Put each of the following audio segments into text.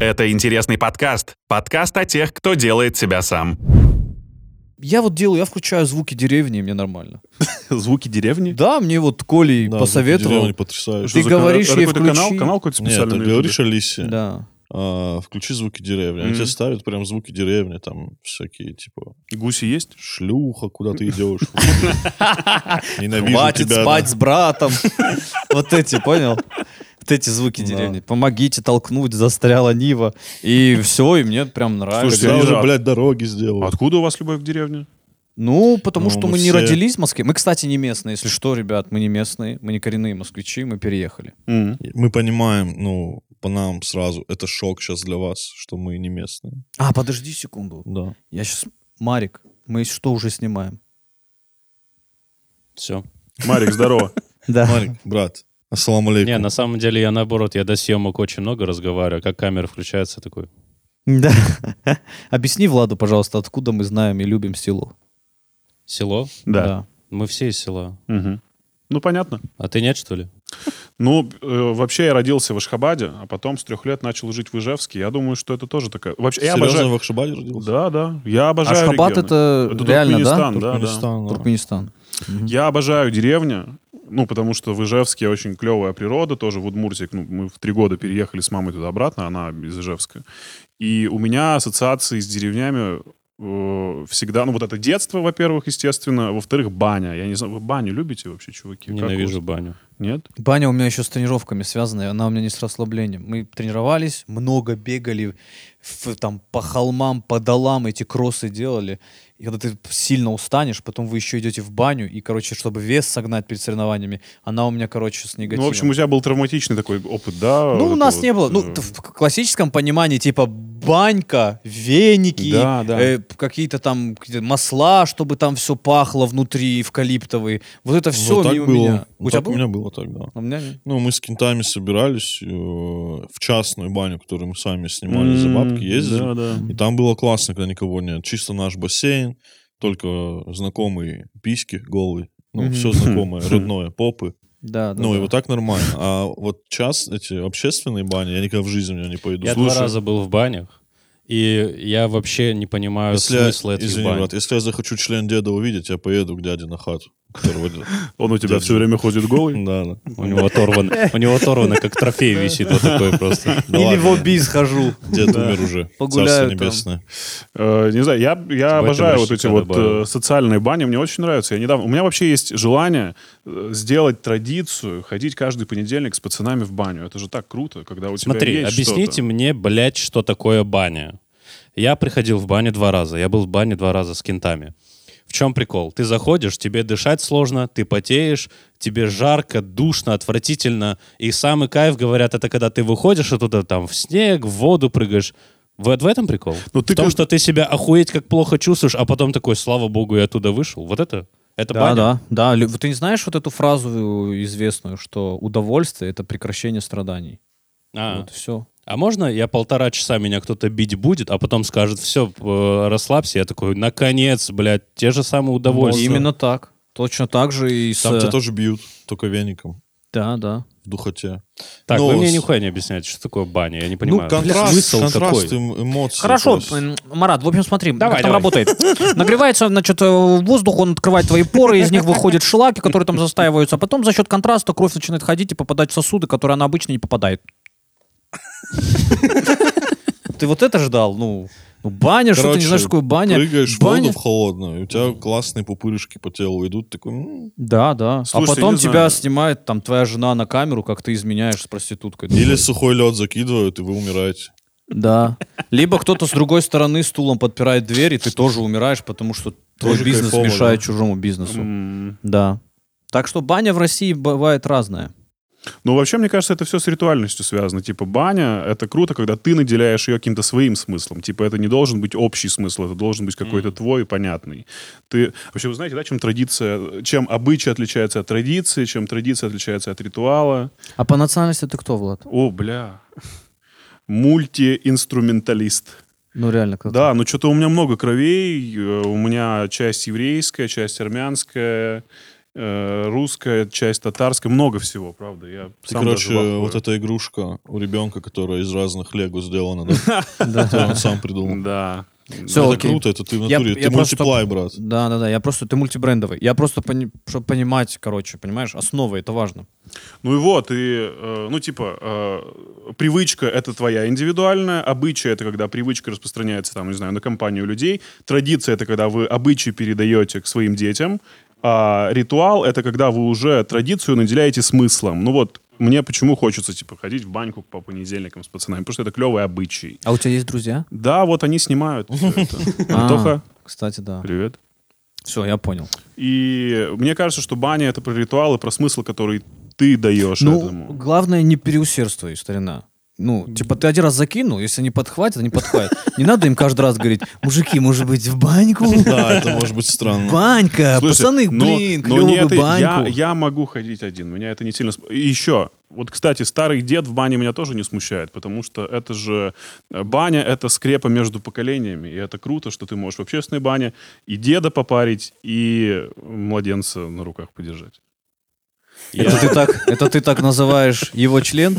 Это интересный подкаст. Подкаст о тех, кто делает себя сам. Я вот делаю, я включаю звуки деревни, и мне нормально. Звуки деревни? Да, мне вот Колей Да, посоветовал. деревня потрясающе. Ты за говоришь канал? ей Это какой-то включи. канал, канал какой-то Нет, специальный. ты на говоришь Алисе, Да. а, включи звуки деревни. Они Мгм. тебе ставят прям звуки деревни, там всякие, типа, Ютубе? Гуси есть? шлюха, куда ты идешь. Ненавижу Хватит тебя, спать да. с братом. Вот эти, понял? Вот эти звуки Да. деревни. Помогите толкнуть, застряла Нива. И все, и мне прям нравится. Слушайте, Когда я не уже, знаю. блядь, дороги сделал. Откуда у вас любовь к деревне? Ну, потому Ну, что мы мы не все- родились в Москве. Мы, кстати, не местные, если что, ребят, мы не местные, мы не коренные москвичи, мы переехали. Мы понимаем, ну, по нам сразу, это шок сейчас для вас, что мы не местные. А, подожди секунду. Да. Я сейчас... Марик, мы если что уже снимаем? Все. Марик, здорово. Да. Марик, брат, ассаламу Не, алейкум. на самом деле я наоборот, я до съемок очень много разговариваю, а как камера включается, такой. Да. Объясни Владу, пожалуйста, откуда мы знаем и любим село. Село? Да. А Мы все из села. Мгм. Ну, понятно. А ты нет, что ли? Ну, э, вообще я родился в Ашхабаде, а потом с трех лет начал жить в Ижевске. Я думаю, что это тоже такая... Вообще, я Серьезно, обожаю... в Акшабаде родился? Да, да. Я обожаю Ашхабад регионы. это реально, Туркменистан, да? да, да. Туркменистан, Ну да. Туркменистан. Я обожаю деревню, ну, потому что в Ижевске очень клевая природа, тоже в Удмуртии. Ну, мы в три года переехали с мамой туда-обратно, она из Ижевска. И у меня ассоциации с деревнями э, всегда... Ну, вот это детство, во-первых, естественно. Во-вторых, баня. Я не знаю, вы баню любите вообще, чуваки? Как у Ненавижу вас? баню. Нет? Баня у меня еще с тренировками связана, она у меня не с расслаблением. Мы тренировались, много бегали, в- там по холмам, по долам эти кроссы делали. И когда ты сильно устанешь, потом вы еще идете в баню, и, короче, чтобы вес согнать перед соревнованиями, она у меня, короче, с негативом. Ну, в общем, у тебя был травматичный такой опыт, да? вот Ну, у это нас вот, не было. Ну, э, т- в к- классическом понимании, типа банька, веники, Да, да. э, п- какие-то там какие-то масла, чтобы там все пахло внутри, эвкалиптовые. Вот это все Вот так у было. меня. Вот у тебя так У было? меня было так, да. У меня нет. Ну, мы с кентами собирались э, в частную баню, которую мы сами снимали за бабки, ездили. Да, да. И там было классно, когда никого нет. Чисто наш бассейн, только знакомые письки голые. Ну, Мгм. все знакомое, родное, попы. Да, да, Ну, да. и вот так нормально. А вот час эти общественные бани, я никогда в жизни в нее не пойду. Я слушай. два раза был в банях, и я вообще не понимаю если смысла я, этих извини, бань. брат, если я захочу член деда увидеть, я поеду к дяде на хату. которого дед- Он у тебя Дед все же. время ходит голый? Да, да. У него оторвано, у него оторвано, как трофей висит вот такой просто. Да Ну, Или ладно, в оби схожу. Дед умер уже. Погуляю Царство там. небесное. Э, Не знаю, я, я этом обожаю вот эти Рощика вот добавил. э, социальные бани, мне очень нравятся. Я недавно, у меня вообще есть желание э, сделать традицию, ходить каждый понедельник с пацанами в баню. Это же так круто, когда у Смотри, тебя есть объясните что-то. мне, блядь, что такое баня. Я приходил в баню два раза. Я был в бане два раза с кентами. В чем прикол? Ты заходишь, тебе дышать сложно, ты потеешь, тебе жарко, душно, отвратительно. И самый кайф, говорят, это когда ты выходишь оттуда, там, в снег, в воду прыгаешь. Вот в этом прикол? Ну, ты в том, как- что ты себя охуеть как плохо чувствуешь, а потом такой, слава богу, я оттуда вышел. Вот это? Это Да, баня? да, да. Лю- Ты не знаешь вот эту фразу э, известную, что удовольствие — это прекращение страданий. А. Вот все. А можно я полтора часа меня кто-то бить будет, а потом скажет, все, расслабься. Я такой, наконец, блядь, те же самые удовольствия. Именно так. Точно так же и с... Там тебя тоже бьют, только веником, Да, да. в духоте. Так, Ну, вы мне с- нихуя не объясняете, что такое баня, я не понимаю. контраст, Смысл контраст какой? эм- эмоций. Хорошо, просто. м, Марат, в общем, смотри, Давай, как там давай. работает. Нагревается, значит, э, воздух, он открывает твои поры, из них выходят шлаки, которые там застаиваются, а потом за счет контраста кровь начинает ходить и попадать в сосуды, которые она обычно не попадает. Ты вот это ждал? Ну, ну, баня, что ты не Короче, знаешь, что такое баня? Прыгаешь в Баня? воду в холодную, и у тебя классные пупырышки по телу идут, такой... м. Да, да. Слушай, а потом не тебя знаю. снимает там твоя жена на камеру, как ты изменяешь с проституткой. Или сухой лед закидывают, и вы умираете. Да. Либо кто-то с другой стороны стулом подпирает дверь, и ты тоже умираешь, потому что твой Тоже бизнес кайфово, мешает да. чужому бизнесу. М, Да. Так что баня в России бывает разная. Ну, вообще, мне кажется, это все с ритуальностью связано. Типа, баня — это круто, когда ты наделяешь ее каким-то своим смыслом. Типа, это не должен быть общий смысл, это должен быть какой-то твой понятный. Ты... Вообще, вы знаете, да, чем традиция... Чем обычай отличается от традиции, чем традиция отличается от ритуала? А по национальности ты кто, Влад? О, бля. Мультиинструменталист. Ну реально кто? Да, ну что-то у меня много кровей. э, У меня часть еврейская, часть армянская. э, русская, часть татарская, много всего, правда. Я Ты, сам короче, даже в ахуе. вот эта игрушка у ребенка, которая из разных лего сделана, да? Которую он сам придумал. Да. Всё, это окей. круто, это ты в Я- натуре. я Ты просто- мультиплай, брат. Да, да, да. Я просто ты мультибрендовый. Я просто чтобы понимать, короче, понимаешь, основы это важно. Ну и вот, и, э, ну, типа, э, привычка — это твоя индивидуальная, обычай — это когда привычка распространяется, там, не знаю, на компанию людей, традиция — это когда вы обычаи передаете к своим детям, а ритуал — это когда вы уже традицию наделяете смыслом. Ну вот, мне почему хочется, типа, ходить в баньку по понедельникам с пацанами, потому что это клевый обычай. А у тебя есть друзья? Да, вот они снимают всё это. А, Антоха, Кстати, да. привет. Все, я понял. И мне кажется, что баня — это про ритуалы, про смысл, который ты даешь Ну, этому. главное, не переусердствуй, старина. Ну, типа, ты один раз закинул, если они подхватят, они подхватят. Не надо им каждый раз говорить, мужики, может быть, в баньку? Да, это может быть странно. Банька, Слушай, Э, ну, пацаны, но- блин, но клёво не бы это- я, баньку. я могу ходить один, меня это не сильно... сп- И еще, вот, кстати, старый дед в бане меня тоже не смущает, потому что это же... э, Баня — это скрепа между поколениями, и это круто, что ты можешь в общественной бане и деда попарить, и младенца на руках подержать. Это ты так, это ты так называешь его член?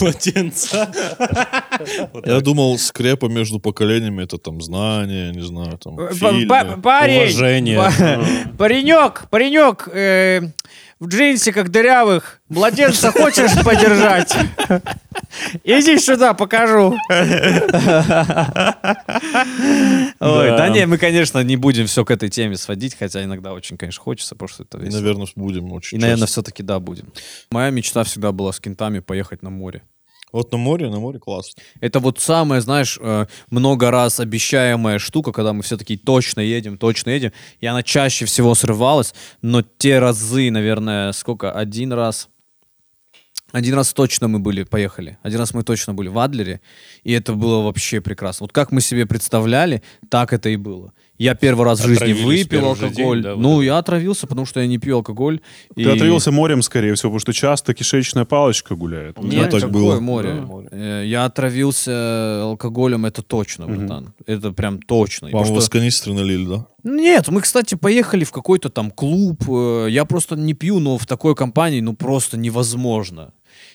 Младенца. Я думал, скрепа между поколениями это там знания, не знаю, там Э, фильмы. Па- Парень! Уважение. Па- Паренек, паренек, э, в джинсиках дырявых, младенца хочешь подержать? Иди сюда, покажу. Ой, да не, мы, конечно, не будем все к этой теме сводить, хотя иногда очень, конечно, хочется, потому что это И, весело. наверное, будем очень И, наверное, часто. все-таки да, будем. Моя мечта всегда была с кентами поехать на море. Вот на море, на море классно. Это вот самая, знаешь, э, много раз обещаемая штука, когда мы все такие точно едем, точно едем. И она чаще всего срывалась, но те разы, наверное, сколько? Один раз. Один раз точно мы были, поехали. Один раз мы точно были в Адлере, и это было вообще прекрасно. Вот как мы себе представляли, так это и было. Я первый раз в жизни Отравились выпил первый же алкоголь. день, да, вот ну, я отравился, потому что я не пью алкоголь. и- Ты отравился морем, скорее всего, потому что часто кишечная палочка гуляет. меня нет, так какое было. море? Э, Я отравился алкоголем, это точно, братан. Это прям точно. И Вам потому вас что- канистры налили, да? Нет, мы, кстати, поехали в какой-то там клуб. э, Я просто не пью, но в такой компании, ну, просто невозможно.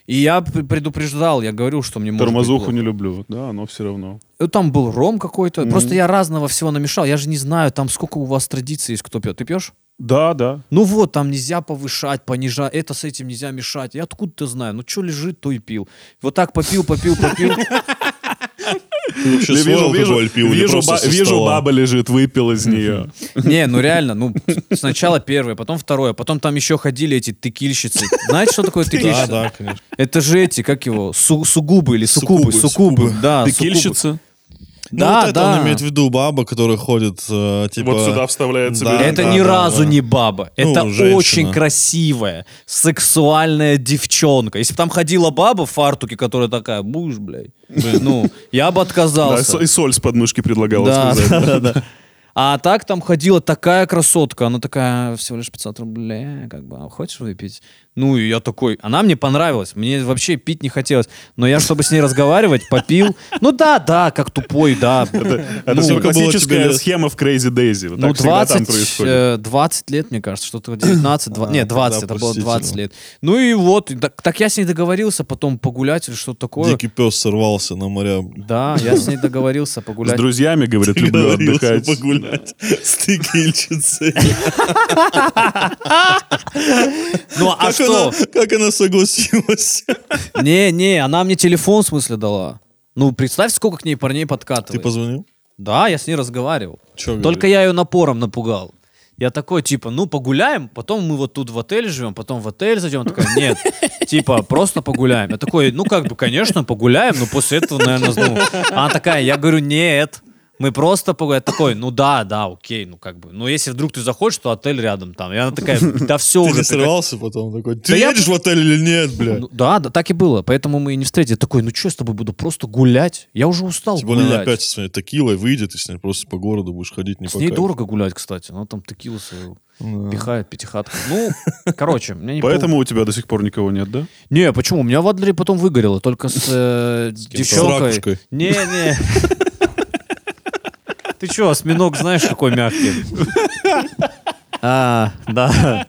И я п- предупреждал, я говорил, что мне может быть Тормозуху плохо. не люблю, да, но все равно. Э, Там был ром какой-то. Просто я разного всего намешал. Я же не знаю, там сколько у вас традиций есть, кто пьет. Ты пьешь? Да, да. Ну вот, там нельзя повышать, понижать, это с этим нельзя мешать. Я откуда-то знаю, ну что лежит, то и пил. Вот так попил, попил, попил. Ты вообще Я свой алкоголь пил или вижу просто ба- со вижу, стола? баба лежит, выпил из нее. Не, ну реально, ну сначала первое, потом второе, потом там еще ходили эти текильщицы. Знаете, что такое Да, текильщица? да, конечно. Это же эти, как его, су- сугубы или сукубы, Суккубы, сукубы, да, суккубы. Текильщица? Ну, Да, вот это да. он имеет в виду баба, которая ходит, э, типа... Вот сюда вставляется. Да, Это да, ни да, разу да. не баба. Ну, Это женщина. очень красивая, сексуальная девчонка. Если бы там ходила баба в фартуке, которая такая, будешь, блядь, ну, я бы Да, отказался. и соль с подмышки предлагала Да, сказать. да, да, да. А так там ходила такая красотка, она такая, всего лишь 500 рублей, как бы, а хочешь выпить? Ну, и я такой, она мне понравилась, мне вообще пить не хотелось, но я, чтобы с ней разговаривать, попил. Ну да, да, как тупой, да. Это Ну, всё сколько было тебе классическая лет? схема в Crazy Daisy. Вот Ну, так всегда там 20, происходит. э, 20 лет, мне кажется, что-то 19, два- А, нет, 20, да, это было 20 простительно. лет. Ну и вот, и так, так я с ней договорился потом погулять или что-то такое. Дикий пес сорвался на моря. Да, я с ней договорился С погулять. друзьями, говорят, люблю Договорился отдыхать. погулять с текильщицей. Ну а Как что? она- Как она согласилась? Не, не, она мне телефон в смысле дала. Ну, представь, сколько к ней парней Ты подкатывает. позвонил? Да, я с ней разговаривал. Чё Только говорит? я ее напором напугал. Я такой, типа, ну, погуляем, потом мы вот тут в отеле живем, потом в отель зайдем. Она Такая, нет, типа, просто погуляем. Я такой, ну, как бы, конечно, погуляем, но после этого, наверное, Она такая, я говорю, нет, мы просто погуляем. Я такой, ну, да, да, окей, ну, как бы. Но если вдруг ты захочешь, то отель рядом там. И она такая, да все уже. Ты не прекрати». сорвался потом такой, ты Да я- едешь в отель или нет, бля? Ну, да, да, так и было. Поэтому мы и не встретились. Я такой, ну что я с тобой буду? Просто гулять? Я уже устал Тем более она гулять. Типа, опять со своей текилой выйдет, и с ней просто по городу будешь ходить не С по ней кайфу. дорого гулять, кстати. Она там текилу свою Да. пихает, пятихатку. Ну, короче, у меня не Поэтому у тебя до сих пор никого нет, да? пол- Не, почему? У меня в Адлере потом выгорело, только с э, С девчонкой. ракушкой. Не, не. Ты чё, осьминог знаешь, какой мягкий? А, да.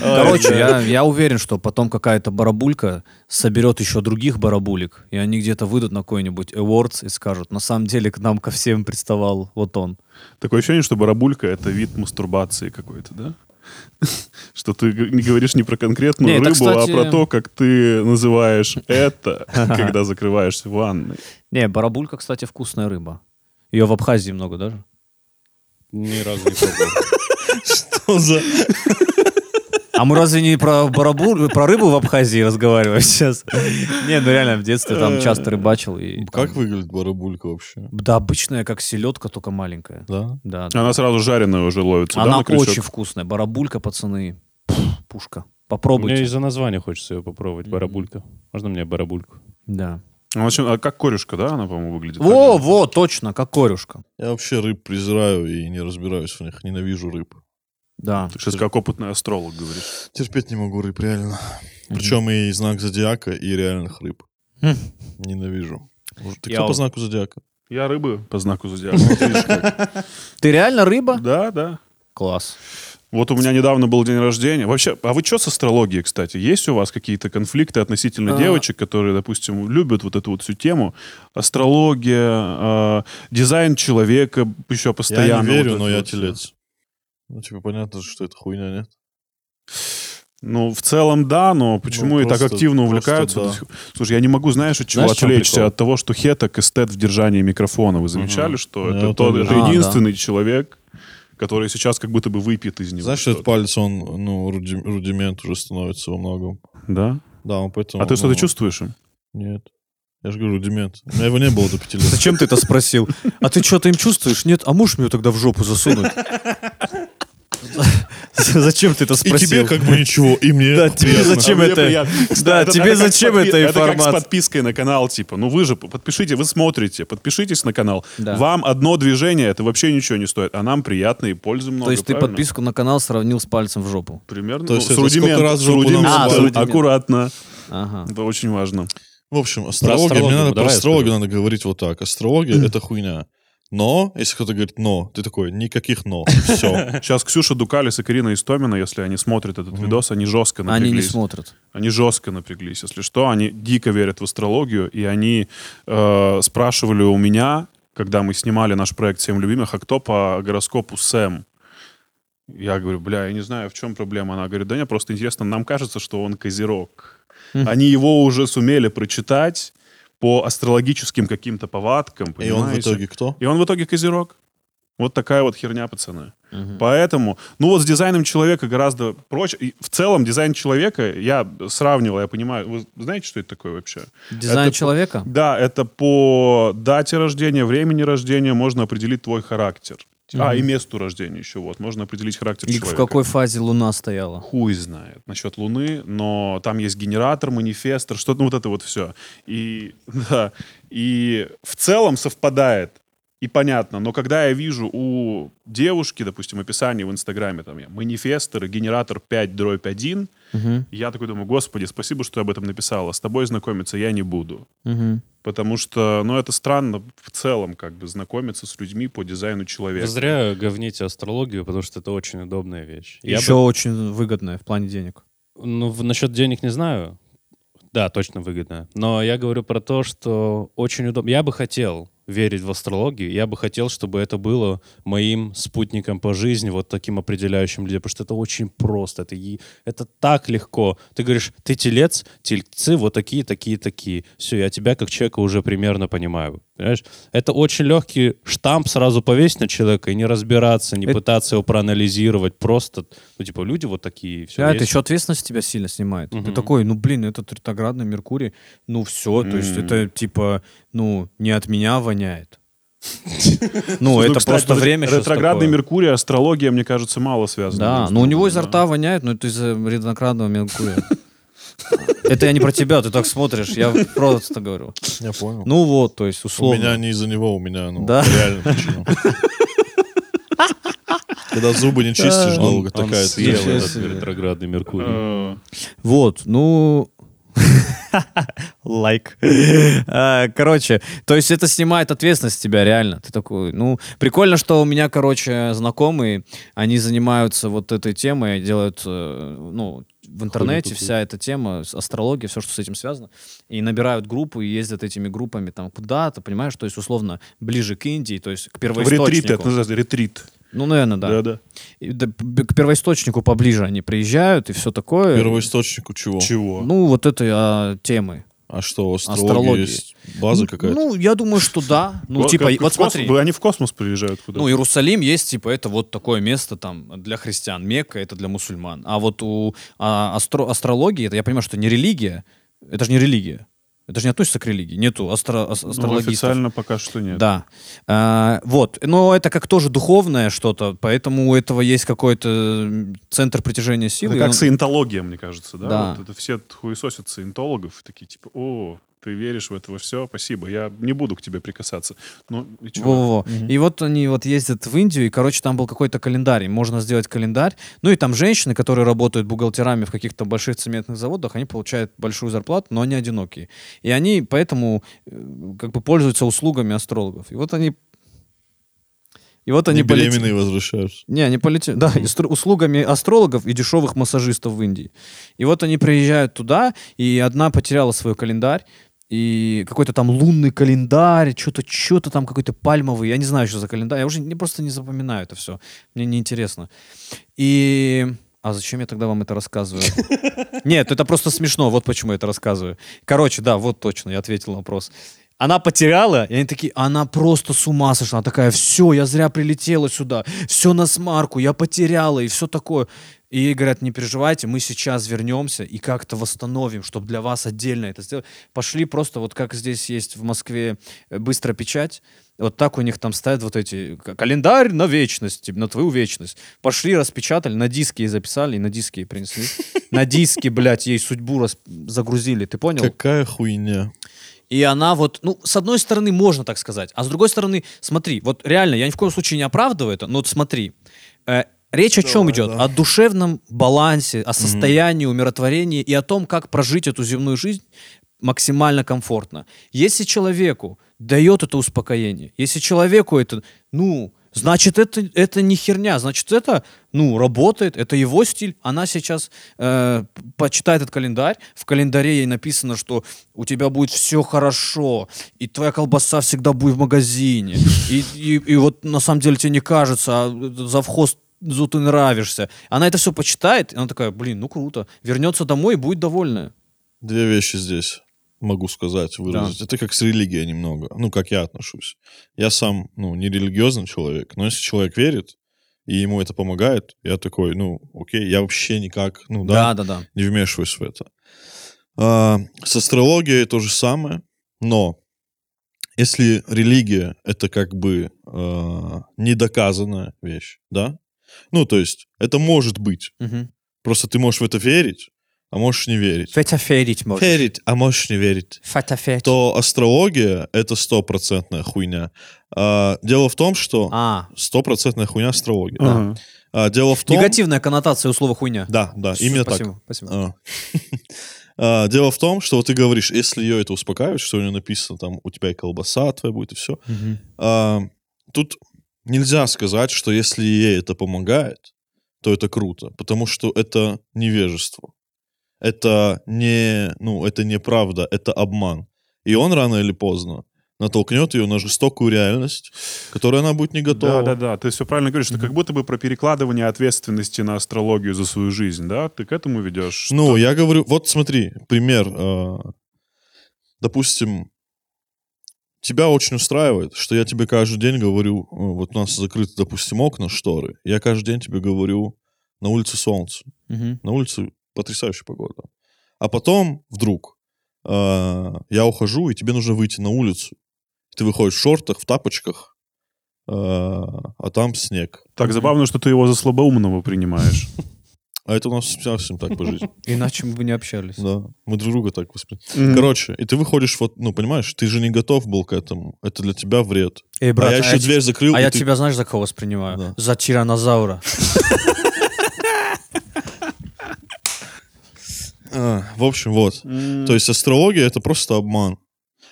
Короче, я, я уверен, что потом какая-то барабулька соберет еще других барабулек, и они где-то выйдут на какой-нибудь awards и скажут, на самом деле к нам ко всем приставал вот он. Такое ощущение, что барабулька — это вид мастурбации какой-то, да? Что ты г- не говоришь не про конкретную Не, это, рыбу, кстати- а про то, как ты называешь это, когда закрываешься в ванной. Не, барабулька, кстати, вкусная рыба. Ее в Абхазии много даже. Ни разу не пробовал. Что за... А мы разве не про, барабу- про рыбу в Абхазии разговариваем сейчас? Не, ну реально, в детстве Э. там часто рыбачил. И Как там- выглядит барабулька вообще? Да обычная, как селедка, только маленькая. Да? Да. да. Она сразу жареная уже ловится, да, Она А, на крючок? очень вкусная. Барабулька, пацаны. Пф, Пушка. Мне Попробуйте. из-за названия хочется ее попробовать. Барабулька. Можно мне барабульку? Да. Она очень- а как корешка, да, она, по-моему, выглядит? Во, во, точно, как корюшка. Я вообще рыб презираю и не разбираюсь в них. Ненавижу рыб. Да. Ты сейчас как опытный астролог говоришь. Терпеть не могу рыб, реально. Причем и знак зодиака, и реальных рыб. Хм. Ненавижу. Может, Ты Я кто по вот- знаку зодиака? Я рыбы по знаку зодиака. Вот видишь как. Ты реально рыба? Да, да. Класс. Вот у меня недавно был день рождения. Вообще, а вы что с астрологией, кстати? Есть у вас какие-то конфликты относительно А. девочек, которые, допустим, любят вот эту вот всю тему? Астрология, э, дизайн человека еще постоянно. я не вот верю, это но я вот всё. телец. Ну, типа, понятно, что это хуйня, нет? Ну, в целом, да, но почему Ну, и так просто- активно просто увлекаются? да. до сих- Слушай, я не могу, знаешь, от чего Знаешь, в чем отвлечься? прикол? От того, что хеток эстет в держании микрофона. Вы замечали, что Ну, Я это, вот тот- тоже. это А, да. единственный человек, который сейчас как будто бы выпьет из него. Знаешь, что этот что-то. палец, он, ну, руди- рудимент уже становится во многом. Да? Да, он поэтому... А ты что-то ну, чувствуешь им? Нет. Я же говорю, рудимент. У меня его не было до пяти лет. Зачем ты это спросил? А ты что-то им чувствуешь? Нет? А можешь мне ее тогда в жопу засунуть? Зачем ты это И тебе спросил? как бы ничего, и мне Да, тебе приятно. зачем А мне это? приятно. Да, тебе как с зачем подпи- эта Это как с информация? подпиской на канал, типа. Ну вы же подпишите, вы смотрите, подпишитесь на канал. Да. Вам одно движение, это вообще ничего не стоит, а нам приятно и пользы много. То есть ты правильно? подписку на канал сравнил с пальцем в жопу? Примерно. То Ну, есть с это сколько рудиментом, раз с жопу нам рудиментом. А, с рудиментом. Аккуратно. Ага. Это очень важно. В общем, астрология, астрологию мне надо давай про я астрологию скажу. надо говорить вот так. Астрология — это хуйня. Но, если кто-то говорит «но», ты такой, никаких «но». Все. Сейчас Ксюша Дукалис и Карина Истомина, если они смотрят этот видос, они жестко Они не напряглись. смотрят. Они жестко напряглись, если что. Они дико верят в астрологию, и они э, спрашивали у меня, когда мы снимали наш проект «Семь любимых», а кто по гороскопу Сэм? Я говорю, бля, я не знаю, в чем проблема. Она говорит, да нет, просто интересно, нам кажется, что он козерог. Они его уже сумели прочитать по астрологическим каким-то повадкам, И он в понимаете? итоге кто? И он в итоге козерог. Вот такая вот херня, пацаны. Поэтому, ну вот с дизайном человека гораздо проще. И в целом дизайн человека, я сравнивал, я понимаю, вы знаете, что это такое вообще? Дизайн Это- человека? Да, это по дате рождения, времени рождения можно определить твой характер. А, и месту рождения еще, вот. Можно определить характер И в человека. какой фазе Луна стояла? Хуй знает насчет Луны, но там есть генератор, манифестор, что-то, ну вот это вот все. И, да, и в целом совпадает, и понятно, но когда я вижу у девушки, допустим, описание в Инстаграме, там, я, манифестор и генератор 5 дробь 1, Мгм. я такой думаю, господи, спасибо, что ты об этом написала, с тобой знакомиться я не буду. Мгм. Потому что, ну, это странно в целом, как бы, знакомиться с людьми по дизайну Вы человека. зря говните астрологию, потому что это очень удобная вещь. Я Еще очень выгодное в плане денег. Ну, в- насчет денег не знаю. Да, точно выгодно. Но я говорю про то, что очень удобно. Я бы хотел верить в астрологию, я бы хотел, чтобы это было моим спутником по жизни, вот таким определяющим людей, потому что это очень просто, это, е- это так легко. Ты говоришь, ты телец, тельцы вот такие, такие, такие. Все, я тебя как человека уже примерно понимаю. Понимаешь? Это очень легкий штамп сразу повесить на человека и не разбираться, не Это- пытаться его проанализировать. Просто, ну, типа, люди вот такие. Все, Да, А, это еще ответственность с тебя сильно снимает. Ты Мгм. такой, ну блин, этот ретроградный Меркурий, ну все, то есть М. это типа, ну, не от меня воняет. Ну, Слушай, это Ну, кстати, просто вот время щас Ретроградный такое. Меркурий, астрология, мне кажется, мало связана. Да, между но у него собой, изо да. рта воняет, но это из-за ретроградного Меркурия. Это я не про тебя, ты так смотришь, я просто говорю. Я понял. Ну вот, то есть У меня условно. не из-за него, у меня, ну, Да. реально причина. Когда зубы не чистишь долго, такая съел съела. этот ретроградный Меркурий. Э, Вот, ну... Лайк. А, Короче, то есть это снимает ответственность с тебя, реально. Ты такой, ну, прикольно, что у меня, короче, знакомые, они занимаются вот этой темой, делают, э, ну, в интернете тут. вся эта тема, с- астрология, все, что с этим связано, и набирают группу и ездят этими группами там куда-то, понимаешь, то есть условно ближе к Индии, то есть к В ретрит, это первоисточнику. называется ретрит. Ну, наверное, да. Да-да. И да, б- К первоисточнику поближе они приезжают и все такое. Первоисточнику чего? Чего? Ну, вот этой а, темы. А что, астрология Астрология. есть база какая-то? Ну, я думаю, что да. Ну, Как- типа, как вот в космос- смотри. Они в космос приезжают куда-то. Ну, Иерусалим есть, типа, это вот такое место там для христиан. Мекка — это для мусульман. А вот у а, астро- астрологии, это я понимаю, что не религия. Это же не религия. Это же не относится к религии. Нету астро- ас- Ну, астрологистов. официально пока что нет. Да. А, вот. Но это как тоже духовное что-то, поэтому у этого есть какой-то м, центр притяжения силы. Это и как он- саентология, мне кажется, да? Да. Вот это все хуесосят саентологов, и такие типа, о, ты веришь в это все, спасибо, я не буду к тебе прикасаться. Ну, и чё? Во-во-во. И вот они вот ездят в Индию, и, короче, там был какой-то календарь, им можно сделать календарь. Ну и там женщины, которые работают бухгалтерами в каких-то больших цементных заводах, они получают большую зарплату, но они одинокие. И они поэтому э, как бы пользуются услугами астрологов. И вот они... И вот Они они полетели- беременные возвращаются. не, они полетели. Да, и стр- услугами астрологов и дешевых массажистов в Индии. И вот они приезжают туда, и одна потеряла свой календарь, и какой-то там лунный календарь, что-то, что-то там какой-то пальмовый, я не знаю, что за календарь, я уже не, просто не запоминаю это все, мне неинтересно. И... А зачем я тогда вам это рассказываю? Нет, это просто смешно, вот почему я это рассказываю. Короче, да, вот точно, я ответил на вопрос. Она потеряла, и они такие, она просто с ума сошла. Она такая, все, я зря прилетела сюда, все на смарку, я потеряла, и все такое. И ей говорят, не переживайте, мы сейчас вернемся и как-то восстановим, чтобы для вас отдельно это сделать. Пошли просто, вот как здесь есть в Москве э, быстрая печать, вот так у них там ставят вот эти к- календарь на вечность, типа, на твою вечность. Пошли, распечатали, на диске ей записали, и на диске ей принесли. На диске, блядь, ей судьбу рас- загрузили, ты понял? Какая хуйня. И она вот, ну, с одной стороны, можно так сказать, а с другой стороны, смотри, вот реально, я ни в коем случае не оправдываю это, но вот смотри, э, речь о чем идет? О душевном балансе, о состоянии, умиротворении и о том, как прожить эту земную жизнь максимально комфортно. Если человеку дает это успокоение, если человеку это, ну, значит, это, это не херня, значит, это, ну, работает, это его стиль. Она сейчас э, почитает этот календарь, в календаре ей написано, что у тебя будет все хорошо, и твоя колбаса всегда будет в магазине, и, и, и вот на самом деле тебе не кажется, а завхоз зу ты нравишься. Она это все почитает, и она такая, блин, ну круто. Вернется домой и будет довольная. Две вещи здесь могу сказать, выразить. Это как с религией немного. Ну, как я отношусь. Я сам, ну, не религиозный человек, но если человек верит, и ему это помогает, я такой, ну, окей, я вообще никак, ну, да, да, да. не вмешиваюсь в это. А, С астрологией то же самое, но если религия это как бы а, недоказанная вещь, да? Ну, то есть это может быть. да. Мгм. Просто ты можешь в это верить, а можешь не верить. Фетоферить можно. Верить, а можешь не верить. Фетоферить. То астрология это стопроцентная хуйня. А, дело в том, что А, стопроцентная хуйня астрология. Ага. А, дело в том... негативная коннотация у слова хуйня. Да, да, именно так. Спасибо, спасибо. А. А, Дело в том, что вот ты говоришь, если ее это успокаивает, что у нее написано там, у тебя и колбаса твоя будет, и все. А, Тут нельзя сказать, что если ей это помогает, то это круто, потому что это невежество. Это не, ну, это неправда, это обман. И он рано или поздно натолкнет ее на жестокую реальность, к которой она будет не готова. Да, да, да. Ты все правильно говоришь, это как будто бы про перекладывание ответственности на астрологию за свою жизнь, да? Ты к этому ведешь? Ну, я говорю, вот смотри, пример. э, допустим, тебя очень устраивает, что я тебе каждый день говорю, э, вот у нас закрыты, допустим, окна, шторы. Я каждый день тебе говорю, на улице солнце, Мгм. на улице потрясающая погода. А потом вдруг э, я ухожу, и тебе нужно выйти на улицу. Ты выходишь в шортах, в тапочках, э, а там снег. Так забавно, что ты его за слабоумного принимаешь. А это у нас совсем так по жизни. Иначе мы бы не общались. Да, мы друг друга так воспринимаем. Мгм. Короче, и ты выходишь вот, ну, понимаешь, ты же не готов был к этому. Это для тебя вред. Эй, брат, а я еще я дверь закрыл. А и я ты- тебя знаешь за кого воспринимаю? Да. За тиранозавра. А, в общем, вот. М, То есть астрология это просто обман.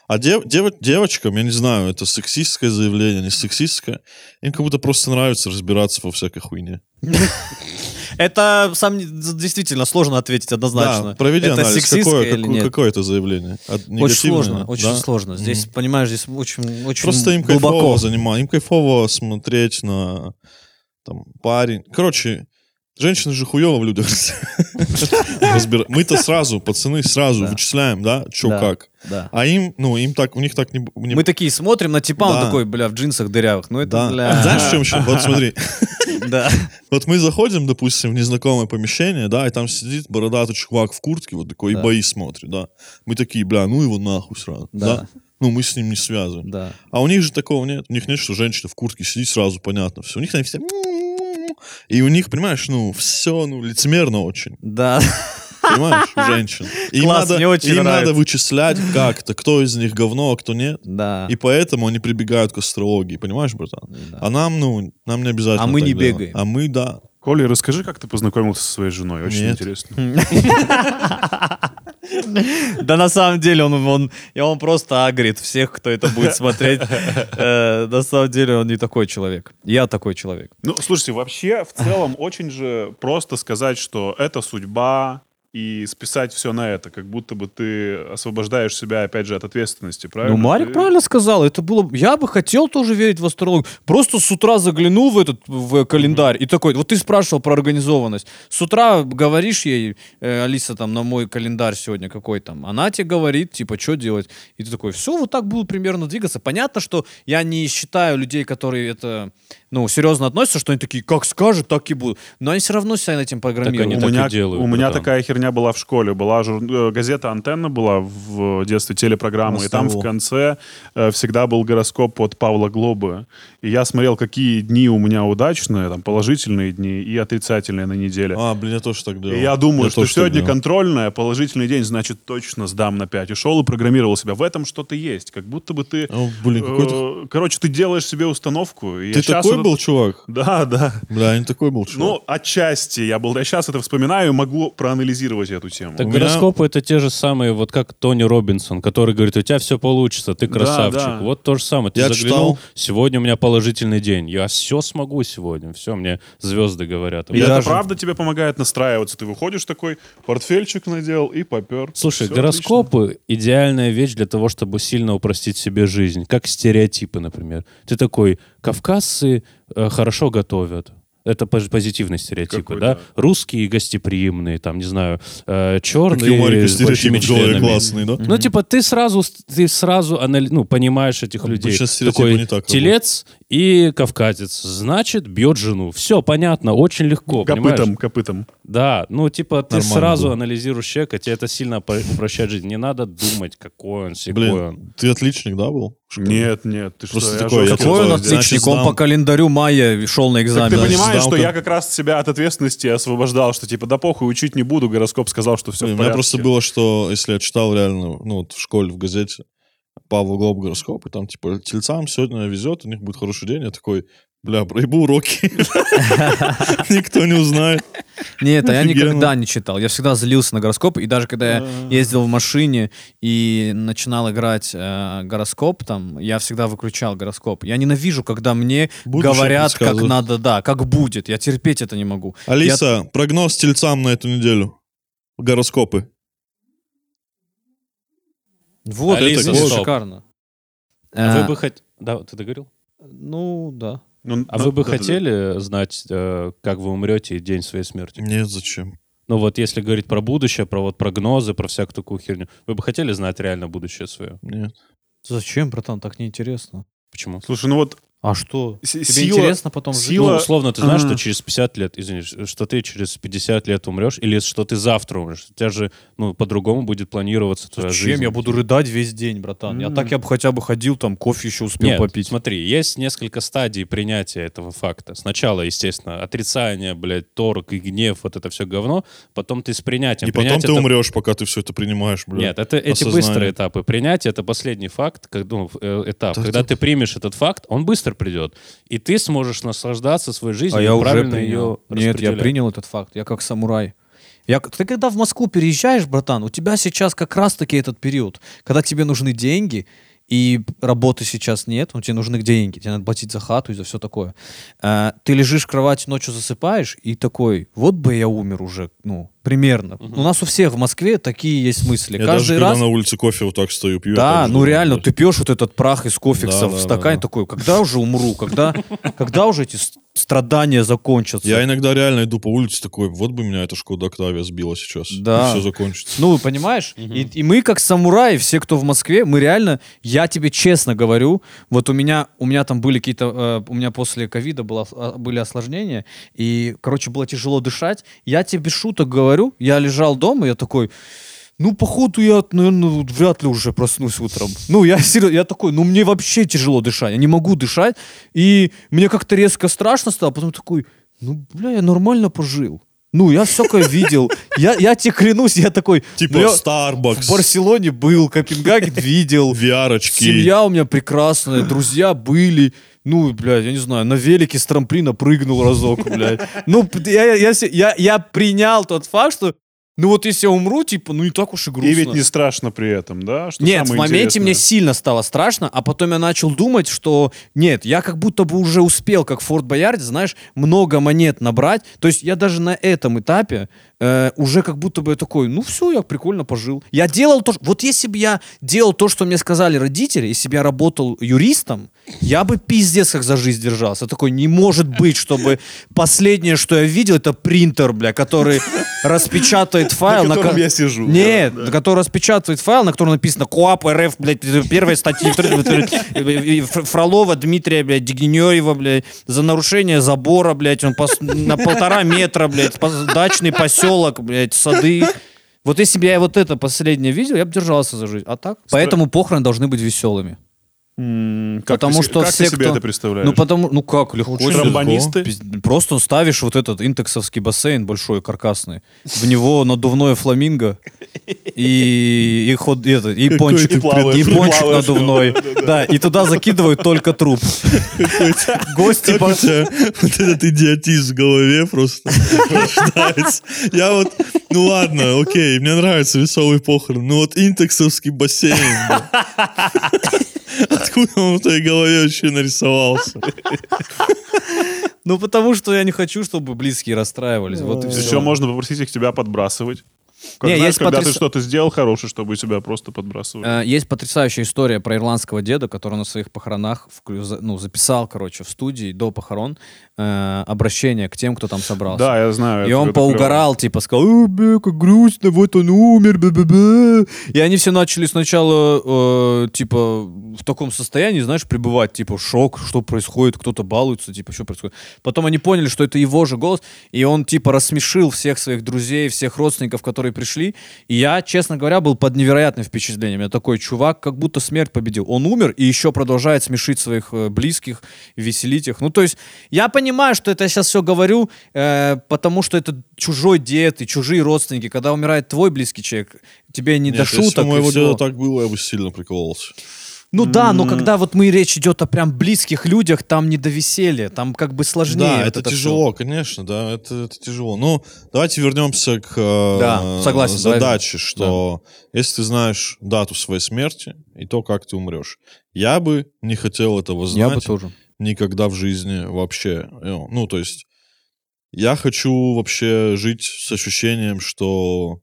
А дев- дев- девочкам, я не знаю, это сексистское заявление, не сексистское. Им как будто просто нравится разбираться во всякой хуйне. Это сам действительно сложно ответить однозначно. Да, проведи это анализ, сексистское какое, или какое- нет? какое это заявление? А, Очень негативное, сложно, очень да? сложно. Здесь, Мгм. понимаешь, здесь очень, очень Просто им глубоко. кайфово заниматься, им кайфово смотреть на там, парень. Короче, женщины же хуево в людях. разбира- Мы-то сразу, пацаны, сразу Да. вычисляем, да, чё Да. как. Да. А им, ну, им так, у них так не... б- не- Мы такие смотрим на типа, Да. он такой, бля, в джинсах дырявых. Ну это, Да. А бля... Знаешь, в чем еще? Вот смотри. Да. Вот мы заходим, допустим, в незнакомое помещение, да, и там сидит бородатый чувак в куртке, вот такой, и Да. бои смотрит, да. Мы такие, бля, ну его нахуй сразу, Да. да. Ну, мы с ним не связываем. Да. А у них же такого нет. У них нет, что женщина в куртке сидит, сразу понятно все. У них там все... И у них, понимаешь, ну, все, ну, лицемерно очень. Да. Понимаешь, у женщин. И им Класс, надо, мне очень им надо нравится. вычислять как-то, кто из них говно, а кто нет. Да. И поэтому они прибегают к астрологии, понимаешь, братан? Да. А нам, ну, нам не обязательно. А мы так не делать. бегаем. А мы, да. Коля, расскажи, как ты познакомился со своей женой. Очень Нет. интересно. А Да на самом деле он, он, и он просто агрит всех, кто это будет смотреть. Э, На самом деле он не такой человек. Я такой человек. Ну, слушайте, вообще, в целом, очень же просто сказать, что это судьба, и списать все на это, как будто бы ты освобождаешь себя, опять же, от ответственности, правильно? Ну, Марик Ты- правильно сказал. Это было... Я бы хотел тоже верить в астрологию. Просто с утра заглянул в этот в э, календарь и такой... Вот ты спрашивал про организованность. С утра говоришь ей, «Э, Алиса, там, на мой календарь сегодня какой там. Она тебе говорит, типа, что делать. И ты такой, все, вот так буду примерно двигаться. Понятно, что я не считаю людей, которые это, ну, серьезно относятся, что они такие, как скажет, так и будут. Но они все равно себя этим программируют. они у так и меня, делают, у меня братан. такая херня была в школе. Была жур- э, газета «Антенна» была в детстве, телепрограмма. И там в Мостового. конце э, всегда был гороскоп от Павла Глобы. И я смотрел, какие дни у меня удачные, там положительные дни и отрицательные на неделе. А, блин, я тоже так делал. И я думаю, что тоже так сегодня делал. контрольная, положительный день, значит, точно сдам на 5. И шел и программировал себя. В этом что-то есть. Как будто бы ты... О, блин, какой ты... э, Короче, ты делаешь себе установку. и я Ты щас такой это- был, чувак? Да, да. Бля, я не такой был, чувак. Ну, отчасти я был. Я сейчас это вспоминаю и могу проанализировать эту тему. Так У меня- гороскопы это те же самые, вот как Тони Робинсон, который говорит, у тебя все получится, ты красавчик. да. Вот то же самое. Ты Я заглянул, читал. сегодня у меня положительный день, я все смогу сегодня, все, мне звезды говорят. И это даже- правда тебе помогает настраиваться. Ты выходишь такой, портфельчик надел и попер. Слушай, Всё гороскопы идеальная вещь для того, чтобы сильно упростить себе жизнь, как стереотипы, например. Ты такой, кавказцы э, хорошо готовят. Это поз- позитивный стереотип, Какой, да? да. Русские гостеприимные, там, не знаю, э, черные Какие у Марика с большими стереотипы в голове членами. классные, да? Ну, типа, ты сразу, ты сразу анали- ну, понимаешь этих людей. сейчас стереотипы Такой не так телец и кавказец. Значит, бьет жену. Все понятно, очень легко, Копытом, понимаешь? копытом. Да, ну, типа, ты Нормально сразу было. анализируешь человека, тебе это сильно опро- упрощает жизнь. Не надо думать, какой он, секой он. Блин, ты отличник, да, был? Нет, нет, ты Просто что, я такой, же я хотел тоже Какой он сделать. Значит, отличник, он сдам. по календарю мая шел на Так экзамен. ты Значит, понимаешь, сдал что как- я как раз тебя от ответственности освобождал, что типа да похуй, учить не буду, гороскоп сказал, что все Блин, в у меня порядке. просто было, что если я читал реально, ну, вот в школе, в газете, Павла Глоб гороскоп, и там, типа, тельцам сегодня везет, у них будет хороший день, я такой, бля, проебу уроки. Никто не узнает. Нет, а я Офигенно. никогда не читал. Я всегда злился на гороскоп. И даже когда я ездил в машине и начинал играть э, гороскоп, там, я всегда выключал гороскоп. Я ненавижу, когда мне Будущее говорят, как предсказывают. надо, да, как будет. Я терпеть это не могу. Алиса, прогноз тельцам на эту неделю. Гороскопы. Вот, Алиса, это стоп. шикарно. А Э, вы бы хот- Да, ты договорил? Ну, да. Ну, А ну, вы бы да-да-да. хотели знать, э, как вы умрете и день своей смерти? Нет, зачем? Ну вот, если говорить про будущее, про вот прогнозы, про всякую такую херню, вы бы хотели знать реально будущее свое? Нет. Зачем, братан, так неинтересно? Почему? Слушай, ну вот А что? С- Тебе сила- интересно потом жить? сила- Ну, условно, ты знаешь, А. что через 50 лет, извини, что ты через 50 лет умрешь, или что ты завтра умрешь. У тебя же, ну, по-другому будет планироваться твоя жизнь. Зачем? Я буду рыдать весь день, братан. Я М. так я бы хотя бы ходил, там, кофе еще успел Нет, попить. смотри, есть несколько стадий принятия этого факта. Сначала, естественно, отрицание, блядь, торг и гнев, вот это все говно. Потом ты с принятием. И потом Принять ты это- умрешь, пока ты все это принимаешь, бля. Нет, это эти Осознание. быстрые этапы. Принятие — это последний факт, как, ну, э, этап. Когда ты примешь этот факт, он быстро придет. И ты сможешь наслаждаться своей жизнью А и я уже правильно принял. ее Нет, я распределять. принял этот факт. Я как самурай. Я, к- ты когда в Москву переезжаешь, братан, у тебя сейчас как раз-таки этот период, когда тебе нужны деньги, и работы сейчас нет, ну, тебе нужны деньги, тебе надо платить за хату и за все такое. А, ты лежишь в кровати, ночью засыпаешь, и такой, вот бы я умер уже, ну, примерно. У нас у всех в Москве такие есть мысли. Я даже Каждый когда раз... на улице кофе вот так стою, пью. я Да, так же ну думаю, реально, да. ты пьешь вот этот прах из кофекса Да, в да, да, стакане да. такой, когда уже умру, когда, когда уже эти с- страдания закончатся? Я иногда реально иду по улице такой, вот бы меня эта Шкода Октавия сбила сейчас. Да. все закончится. Ну, понимаешь? И, и мы, как самураи, все, кто в Москве, мы реально, я тебе честно говорю, вот у меня, у меня там были какие-то, э, у меня после ковида было, а, были осложнения, и, короче, было тяжело дышать. Я тебе без шуток говорю, я лежал дома, я такой, ну, походу, я, наверное, вот вряд ли уже проснусь утром. Ну, я серьезно, я такой, ну, мне вообще тяжело дышать, я не могу дышать, и мне как-то резко страшно стало, потом такой, ну, бля, я нормально пожил. Ну, я всякое видел. Я, я тебе клянусь, я такой... Типа ну, я в Starbucks, Барселоне был, Копенгаген видел. VR-очки. Семья у меня прекрасная, друзья были. Ну, блядь, я не знаю, на велике с трамплина прыгнул разок, блядь. Ну, п- я, я, я се- я- я принял тот факт, что, ну вот если я умру, типа, ну не так уж и грустно. И ведь не страшно при этом, да? Что Нет, в самое моменте интересное? мне сильно стало страшно, а потом я начал думать, что нет, я как будто бы уже успел, как в Форт Боярде, знаешь, много монет набрать. То есть я даже на этом этапе э, уже как будто бы я такой, ну все, я прикольно пожил. Я делал то, что... Вот если бы я делал то, что мне сказали родители, если бы я работал юристом, я бы пиздец как за жизнь держался. Я такой, не может быть, чтобы последнее, что я видел, это принтер, бля, который распечатает файл. На котором ко- я сижу. Нет, который распечатывает файл, на котором написано КОАП РФ, блядь, первая статья и Фр- Фролова Дмитрия, блядь, Дегенерева, блядь, за нарушение забора, блядь, он пос- на полтора метра, блядь, пос- дачный поселок, блядь, сады. Вот если бы я вот это последнее видел, я бы держался за жизнь. А так? Поэтому похороны должны быть веселыми. М, как Потому ты се- что как все, ты себе кто- это представляешь? Ну, потому, ну как, легко. Очень Тромбонисты? Пиз- Просто ставишь вот этот интексовский бассейн большой, каркасный, в него надувное фламинго и, и, ход, и, это, и пончик, и плаваешь, и и пончик плаваешь, надувной. Да, и туда закидывают только труп. Гости Как у по- тебя вот этот идиотизм в голове просто рождается. Я вот, ну ладно, окей, мне нравится веселый похорон, но вот интексовский бассейн. бля. Откуда он в твоей голове вообще нарисовался? Ну, потому что я не хочу, чтобы близкие расстраивались. Вот и Еще все. можно попросить их тебя подбрасывать. Как, Не, знаешь, есть когда ты потряс- что-то сделал хорошее, чтобы тебя просто подбрасывали. Э, Есть потрясающая история про ирландского деда, который на своих похоронах вклю- за- ну, записал, короче, в студии до похорон э, обращение к тем, кто там собрался. Да, я знаю. И это- он это клево. поугорал, типа, сказал, «Э, бля, как грустно, вот он умер, бе-бе-бе». И они все начали сначала, э, типа, в таком состоянии, знаешь, пребывать, типа, шок, что происходит, кто-то балуется, типа, что происходит. Потом они поняли, что это его же голос, и он, типа, рассмешил всех своих друзей, всех родственников, которые пришли. И я, честно говоря, был под невероятным впечатлением. Я такой, чувак, как будто смерть победил. Он умер и еще продолжает смешить своих э, близких, веселить их. Ну, то есть, я понимаю, что это я сейчас все говорю, э, потому что это чужой дед и чужие родственники. Когда умирает твой близкий человек, тебе не Нет, до если шуток. у и моего всего. деда так было, я бы сильно прикололся. Ну да, но когда вот мы речь идет о прям близких людях, там не до веселья, там как бы сложнее. Да, вот это, всё. тяжело, конечно, да, это, это тяжело. Но давайте вернемся к э, Да, согласен, задаче, что если ты знаешь дату своей смерти и то, как ты умрешь, я бы не хотел этого Я бы знать тоже. никогда в жизни вообще. Э, Ну, то есть я хочу вообще жить с ощущением, что,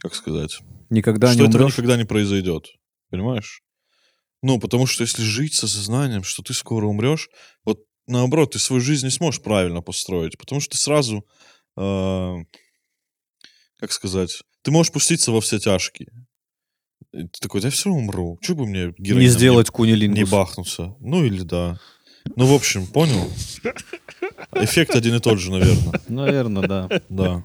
как сказать, Никогда что не этого умрешь. никогда не произойдет. Понимаешь? Ну, потому что если жить с осознанием, что ты скоро умрешь, вот наоборот, ты свою жизнь не сможешь правильно построить, потому что ты сразу, э, как сказать, ты можешь пуститься во все тяжкие. И ты такой, да я все равно умру. Чего бы мне героином Не сделать не, не кунилингус. бахнуться? Ну или да. Ну, в общем, понял? Эффект один и тот же, наверное. Наверное, да. Да.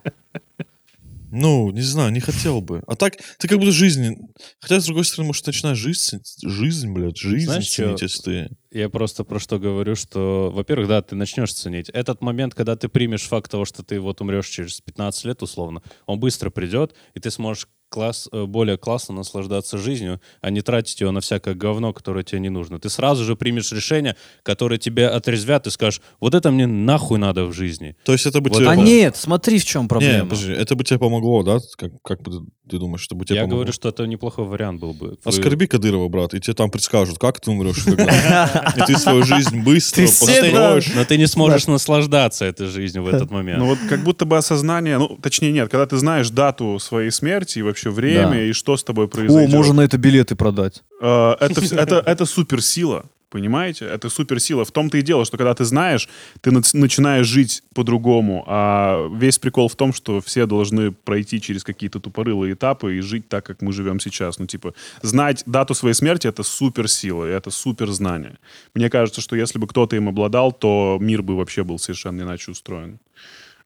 Ну, не знаю, не хотел бы. А так, ты как будто жизнь... Хотя, с другой стороны, может, ты начинаешь жить, ценить- жизнь, блядь, жизнь Знаешь, ценить, чё? если ты... Я просто про что говорю, что, во-первых, да, ты начнешь ценить. Этот момент, когда ты примешь факт того, что ты вот умрешь через 15 лет условно, он быстро придет, и ты сможешь класс, э, более классно наслаждаться жизнью, а не тратить ее на всякое говно, которое тебе не нужно. Ты сразу же примешь решение, которое тебе отрезвят, и скажешь, вот это мне нахуй надо в жизни. То есть это бы Вот тебе... А это- пом- нет, смотри, в чем Не, проблема. подожди, это бы тебе помогло, да? Как, как бы ты, ты думаешь, что бы тебе Я помогло? говорю, что это неплохой вариант был бы. Вы- Оскорби Кадырова, брат, и тебе там предскажут, как ты умрешь когда. И ты свою жизнь Ты быстро Но ты- построишь. Но ты не сможешь наслаждаться этой жизнью в этот момент. Ну вот как будто бы осознание, ну точнее нет, когда ты знаешь дату своей смерти и вообще время, Да. и что с тобой О, произойдет. можно на это билеты продать. Э, это, вс- это, это суперсила. Понимаете? Это суперсила. В том-то и дело, что когда ты знаешь, ты нац- начинаешь жить по-другому. А весь прикол в том, что все должны пройти через какие-то тупорылые этапы и жить так, как мы живем сейчас. Ну, типа, знать дату своей смерти — это суперсила, и это суперзнание. Мне кажется, что если бы кто-то им обладал, то мир бы вообще был совершенно иначе устроен.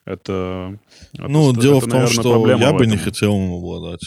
Это... это- Ну, А это, дело в том, наверное, что проблема я в бы не этом. хотел им обладать.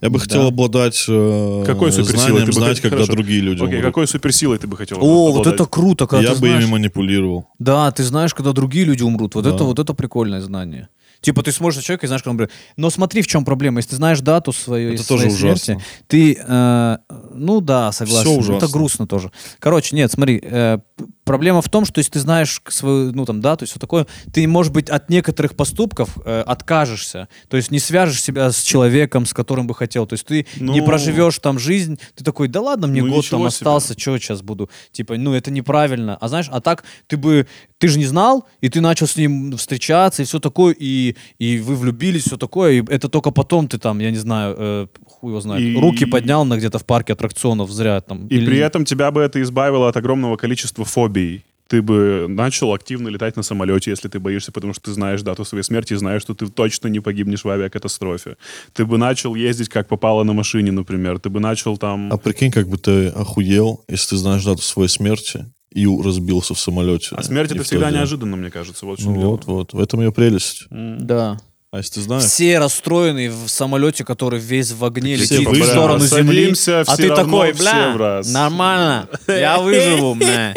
Я бы хотел обладать э, Какой суперсилой знанием ты бы знать, хот- когда хорошо. другие люди Окей, умрут. какой суперсилой ты бы хотел О, вот обладать? это круто, когда Я ты бы знаешь. ими манипулировал. Да, ты знаешь, когда другие люди умрут. Вот Да. это вот это прикольное знание. Типа ты смотришь на человека и знаешь, когда он умрет. Но смотри, в чем проблема. Если ты знаешь дату своей, Это своей тоже смерти, ужасно. ты, э, ну да, согласен. Всё Ну, ужасно. Это грустно тоже. Короче, нет, смотри, э, п- проблема в том, что если ты знаешь к- свою, ну там дату и все такое, ты, может быть, от некоторых поступков э, откажешься. То есть не свяжешь себя с человеком, с которым бы хотел. То есть ты не Ну. проживешь там жизнь, ты такой, да ладно, мне Ну, год там ничего себе. остался, что сейчас буду? Типа, ну это неправильно. А знаешь, а так ты бы, ты же не знал, и ты начал с ним встречаться, и все такое, и, и вы влюбились, все такое, и это только потом ты там, я не знаю, э, хуй его знает, И- руки поднял на где-то в парке аттракционов зря там. И Или- при этом тебя бы это избавило от огромного количества фобий. Ты бы начал активно летать на самолете, если ты боишься, потому что ты знаешь дату своей смерти и знаешь, что ты точно не погибнешь в авиакатастрофе. Ты бы начал ездить, как попало на машине, например. Ты бы начал там... А прикинь, как бы ты охуел, если ты знаешь дату своей смерти и у- разбился в самолете. А смерть — Не это в всегда тот день. неожиданно, мне кажется. Вот в Ну чем дело. вот, вот. В этом ее прелесть. Да. А если ты знаешь... Все расстроенные в самолете, который весь в огне Все летит в выжили. сторону земли. Садимся, а все ты равно такой, все в бля, раз». нормально, я выживу, бля.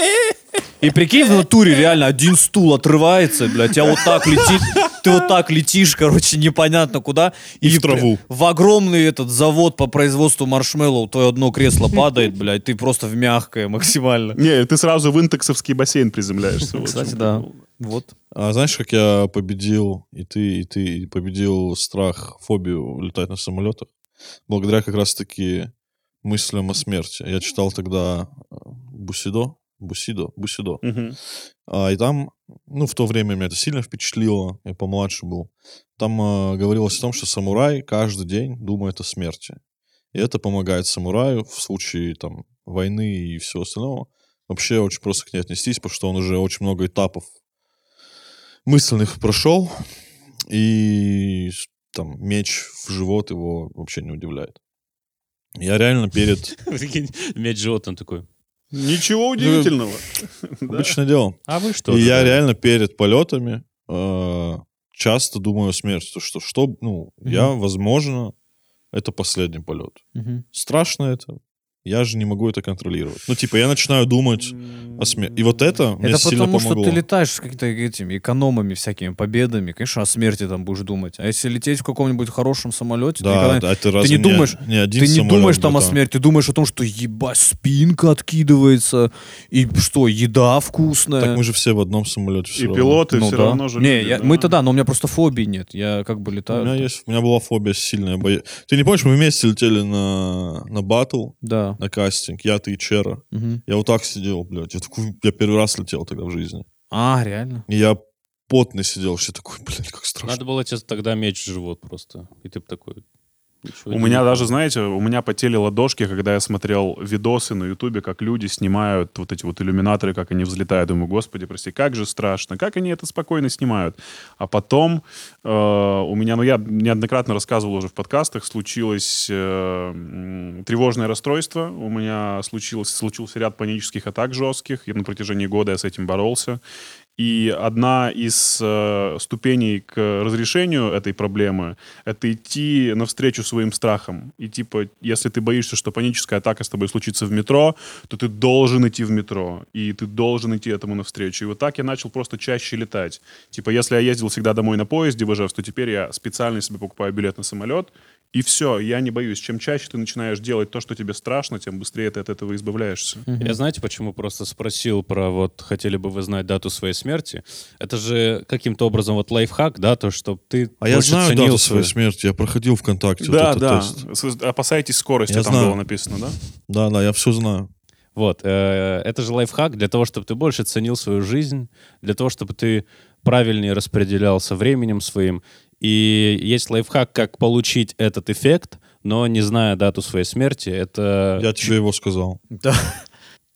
И прикинь, в натуре реально один стул отрывается, бля, тебя вот так летит, ты вот так летишь, короче, непонятно куда. И в траву. прям В огромный этот завод по производству маршмеллоу твое одно кресло падает, бля, и ты просто в мягкое максимально. Не, ты сразу в интексовский бассейн приземляешься. вот в Кстати, чем да. прикол. Вот. А знаешь, как я победил, и ты, и ты и победил страх, фобию летать на самолетах? Благодаря как раз-таки мыслям о смерти. Я читал тогда э, Бусидо, Бусидо, Бусидо. Мгм. А, и там, ну, в то время меня это сильно впечатлило, я помладше был. Там э, говорилось о том, что самурай каждый день думает о смерти. И это помогает самураю в случае там войны и всего остального вообще очень просто к ней отнестись, потому что он уже очень много этапов мысленных прошел, и с- там меч в живот его вообще не удивляет. Я реально перед... Прикинь, Меч животным такой. Ну, Ничего удивительного. Да. Обычное дело. А вы что? И же, я да?» реально перед полетами э, часто думаю о смерти. То, что, что ну, я, возможно, это последний полет. Страшно это. Я же не могу это контролировать. Ну, типа, я начинаю думать о смерти. И вот это, мне Это сильно потому, что помогло. ты летаешь с какими-то этими экономами, всякими победами. Конечно, о смерти там будешь думать. А если лететь в каком-нибудь хорошем самолете, ты да, никогда да, ты, разве не думаешь- ни один Ты не самолет думаешь там о летал? смерти, ты думаешь о том, что ебать, спинка откидывается, и что, еда вкусная. Так мы же все в одном самолете. всё И равно. пилоты Ну все да. равно же... Не, люди, я- да. мы-то да, но у меня просто фобии нет. Я как бы У летаю. меня, есть, у меня была фобия сильная. бо- Ты не помнишь, мы вместе летели на, на батл, Да. на кастинг, я, ты и Чера. Мгм. Я вот так сидел, блядь. Я, такой, я первый раз летел тогда в жизни. А, реально. И я потный сидел, вообще такой, блядь, как страшно. Надо было тебе тогда меч в живот просто. И ты бы такой... «Ничего У не меня видно». даже, знаете, у меня потели ладошки, когда я смотрел видосы на Ютубе, как люди снимают вот эти вот иллюминаторы, как они взлетают. Думаю, господи, прости, как же страшно, как они это спокойно снимают. А потом э, у меня, ну я неоднократно рассказывал уже в подкастах, случилось э, м, тревожное расстройство, у меня случилось, случился ряд панических атак жестких, и на протяжении года я с этим боролся. И одна из э, ступеней к разрешению этой проблемы — это идти навстречу своим страхам. И типа, если ты боишься, что паническая атака с тобой случится в метро, то ты должен идти в метро, и ты должен идти этому навстречу. И вот так я начал просто чаще летать. Типа, если я ездил всегда домой на поезде в Ижевск, то теперь я специально себе покупаю билет на самолет И все, я не боюсь. Чем чаще ты начинаешь делать то, что тебе страшно, тем быстрее ты от этого избавляешься. Я знаете, почему просто спросил про вот хотели бы вы знать дату своей смерти? Это же каким-то образом вот лайфхак, да, то, что ты А я больше знаю ценил дату своей свою- смерти, я проходил ВКонтакте вот да, этот да. тест. С- Опасайтесь скорости, Я там знаю. было написано, да? Да, да, я все знаю. Вот, э, это же лайфхак для того, чтобы ты больше ценил свою жизнь, для того, чтобы ты правильнее распределялся временем своим. И есть лайфхак, как получить этот эффект, но не зная дату своей смерти, это Я тебе его сказал.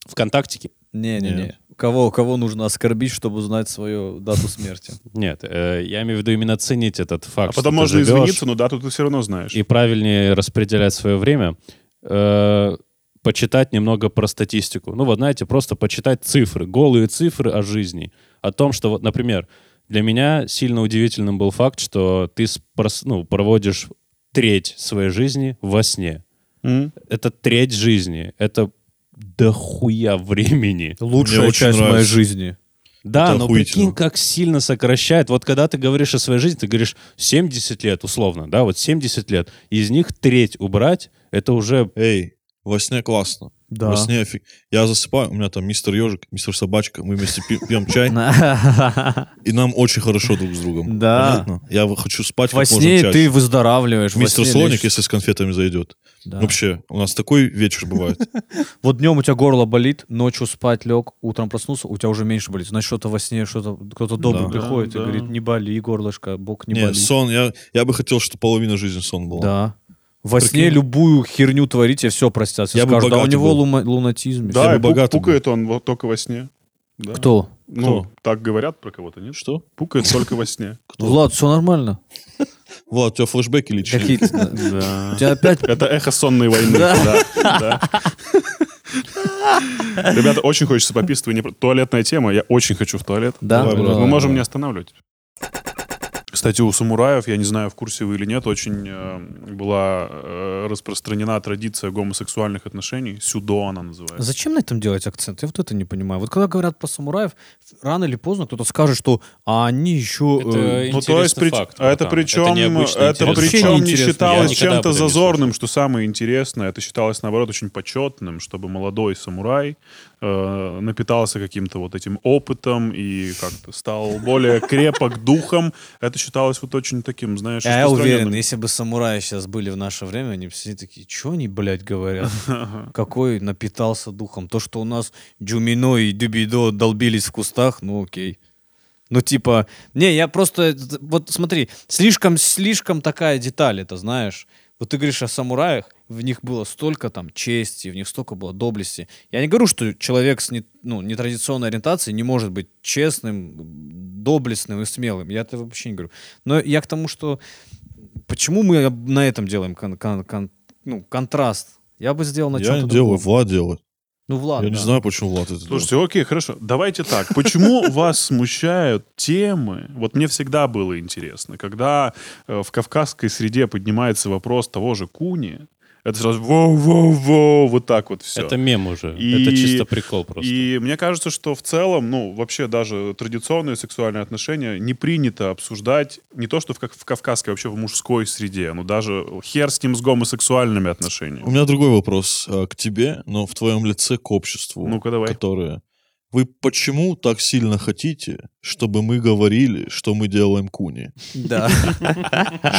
ВКонтактике. Не-не-не. Кого, кого нужно оскорбить, чтобы узнать свою дату смерти? Нет, э, я имею в виду именно ценить этот факт. А что потом ты можно живешь. извиниться, но дату ты все равно знаешь. и правильнее распределять свое время, э, почитать немного про статистику. Ну вот, знаете, просто почитать цифры, голые цифры о жизни. О том, что, вот, например, для меня сильно удивительным был факт, что ты спрос- ну, проводишь треть своей жизни во сне. М? Это треть жизни. Это дохуя времени. Лучшая очень часть моей нравится. жизни. Да, Это но охуительно. прикинь, как сильно сокращает. Вот когда ты говоришь о своей жизни, ты говоришь 70 лет, условно, да, вот 70 лет. Из них треть убрать, это уже... Эй, во сне классно. Да. Во сне офиг. Я засыпаю, у меня там мистер Ежик, мистер Собачка, мы вместе пи- пьем чай, и нам очень хорошо друг с другом. Да. Понятно? Я вот хочу спать Во как можно сне чаще. ты выздоравливаешь. во Мистер сне Слоник, лечишь. если с конфетами зайдет. Да. Вообще, у нас такой вечер бывает. Вот днем у тебя горло болит, ночью спать лег, утром проснулся, у тебя уже меньше болит. Значит, что-то во сне, что-то кто-то добрый Да. приходит Да, и да. говорит, не боли, горлышко, бог не, Не, болит. сон, я, я бы хотел, чтобы половина жизни сон была. Да. Во Прикинь. сне любую херню творить, тебе все простят. Все Я бы скажут, а у богатый него был». лума- лунатизм. Я Да, бы и пу- богатым пукает он вот только во сне. Да. Кто? Ну, Кто? так говорят про кого-то, нет? Что? Пукает только во сне. Влад, все нормально. Влад, у тебя флешбеки личные. Какие-то... У Да. тебя опять... Это эхо сонной войны. Да. да. Ребята, очень хочется пописывать. Туалетная тема. Я очень хочу в туалет. Да? Давай, Ну, брат, давай. Мы можем не останавливать. Кстати, у самураев, я не знаю, в курсе вы или нет, очень э, была э, распространена традиция гомосексуальных отношений. Сюдо она называется. Зачем на этом делать акцент? Я вот это не понимаю. Вот когда говорят про самураев, рано или поздно кто-то скажет, что а они еще... э, Ну, то есть, при- а это причем, это, факт. причем не Вообще считалось неинтересно. Я никогда об чем-то этом не зазорным, что самое интересное, это считалось, наоборот, очень почетным, чтобы молодой самурай э, напитался каким-то вот этим опытом и как-то стал более крепок духом. Это считалось вот очень таким, знаешь, А Я уверен, распространенным. если бы самураи сейчас были в наше время, они бы все такие, что они, блядь, говорят? Какой напитался духом? То, что у нас Джумино и Дюбидо долбились в кустах, ну окей. Ну, типа, не, я просто, вот смотри, слишком, слишком такая деталь, это знаешь. Вот ты говоришь о самураях, в них было столько там чести, в них столько было доблести. Я не говорю, что человек с не- ну, нетрадиционной ориентацией не может быть честным, доблестным и смелым. Я это вообще не говорю. Но я к тому, что почему мы об- на этом делаем кон- кон- кон- ну, контраст? Я бы сделал на Я чем-то не делаю, другом. Влад делает. Ну, Влад, Я не да. знаю, почему Влад это делает. Слушайте, окей, хорошо. Давайте так. Почему вас смущают темы? Вот мне всегда было интересно, когда э, в кавказской среде поднимается вопрос того же куни, это сразу воу-воу-воу, вот так вот все. Это мем уже. И- Это чисто прикол просто. И мне кажется, что в целом, ну, вообще даже традиционные сексуальные отношения не принято обсуждать не то, что в, как- в кавказской, а вообще в мужской среде, но даже хер с ним с гомосексуальными У отношениями. меня другой вопрос э, к тебе, но в твоем лице к обществу. Ну-ка, давай. Которое... Вы почему так сильно хотите, чтобы мы говорили, что мы делаем куни? Да.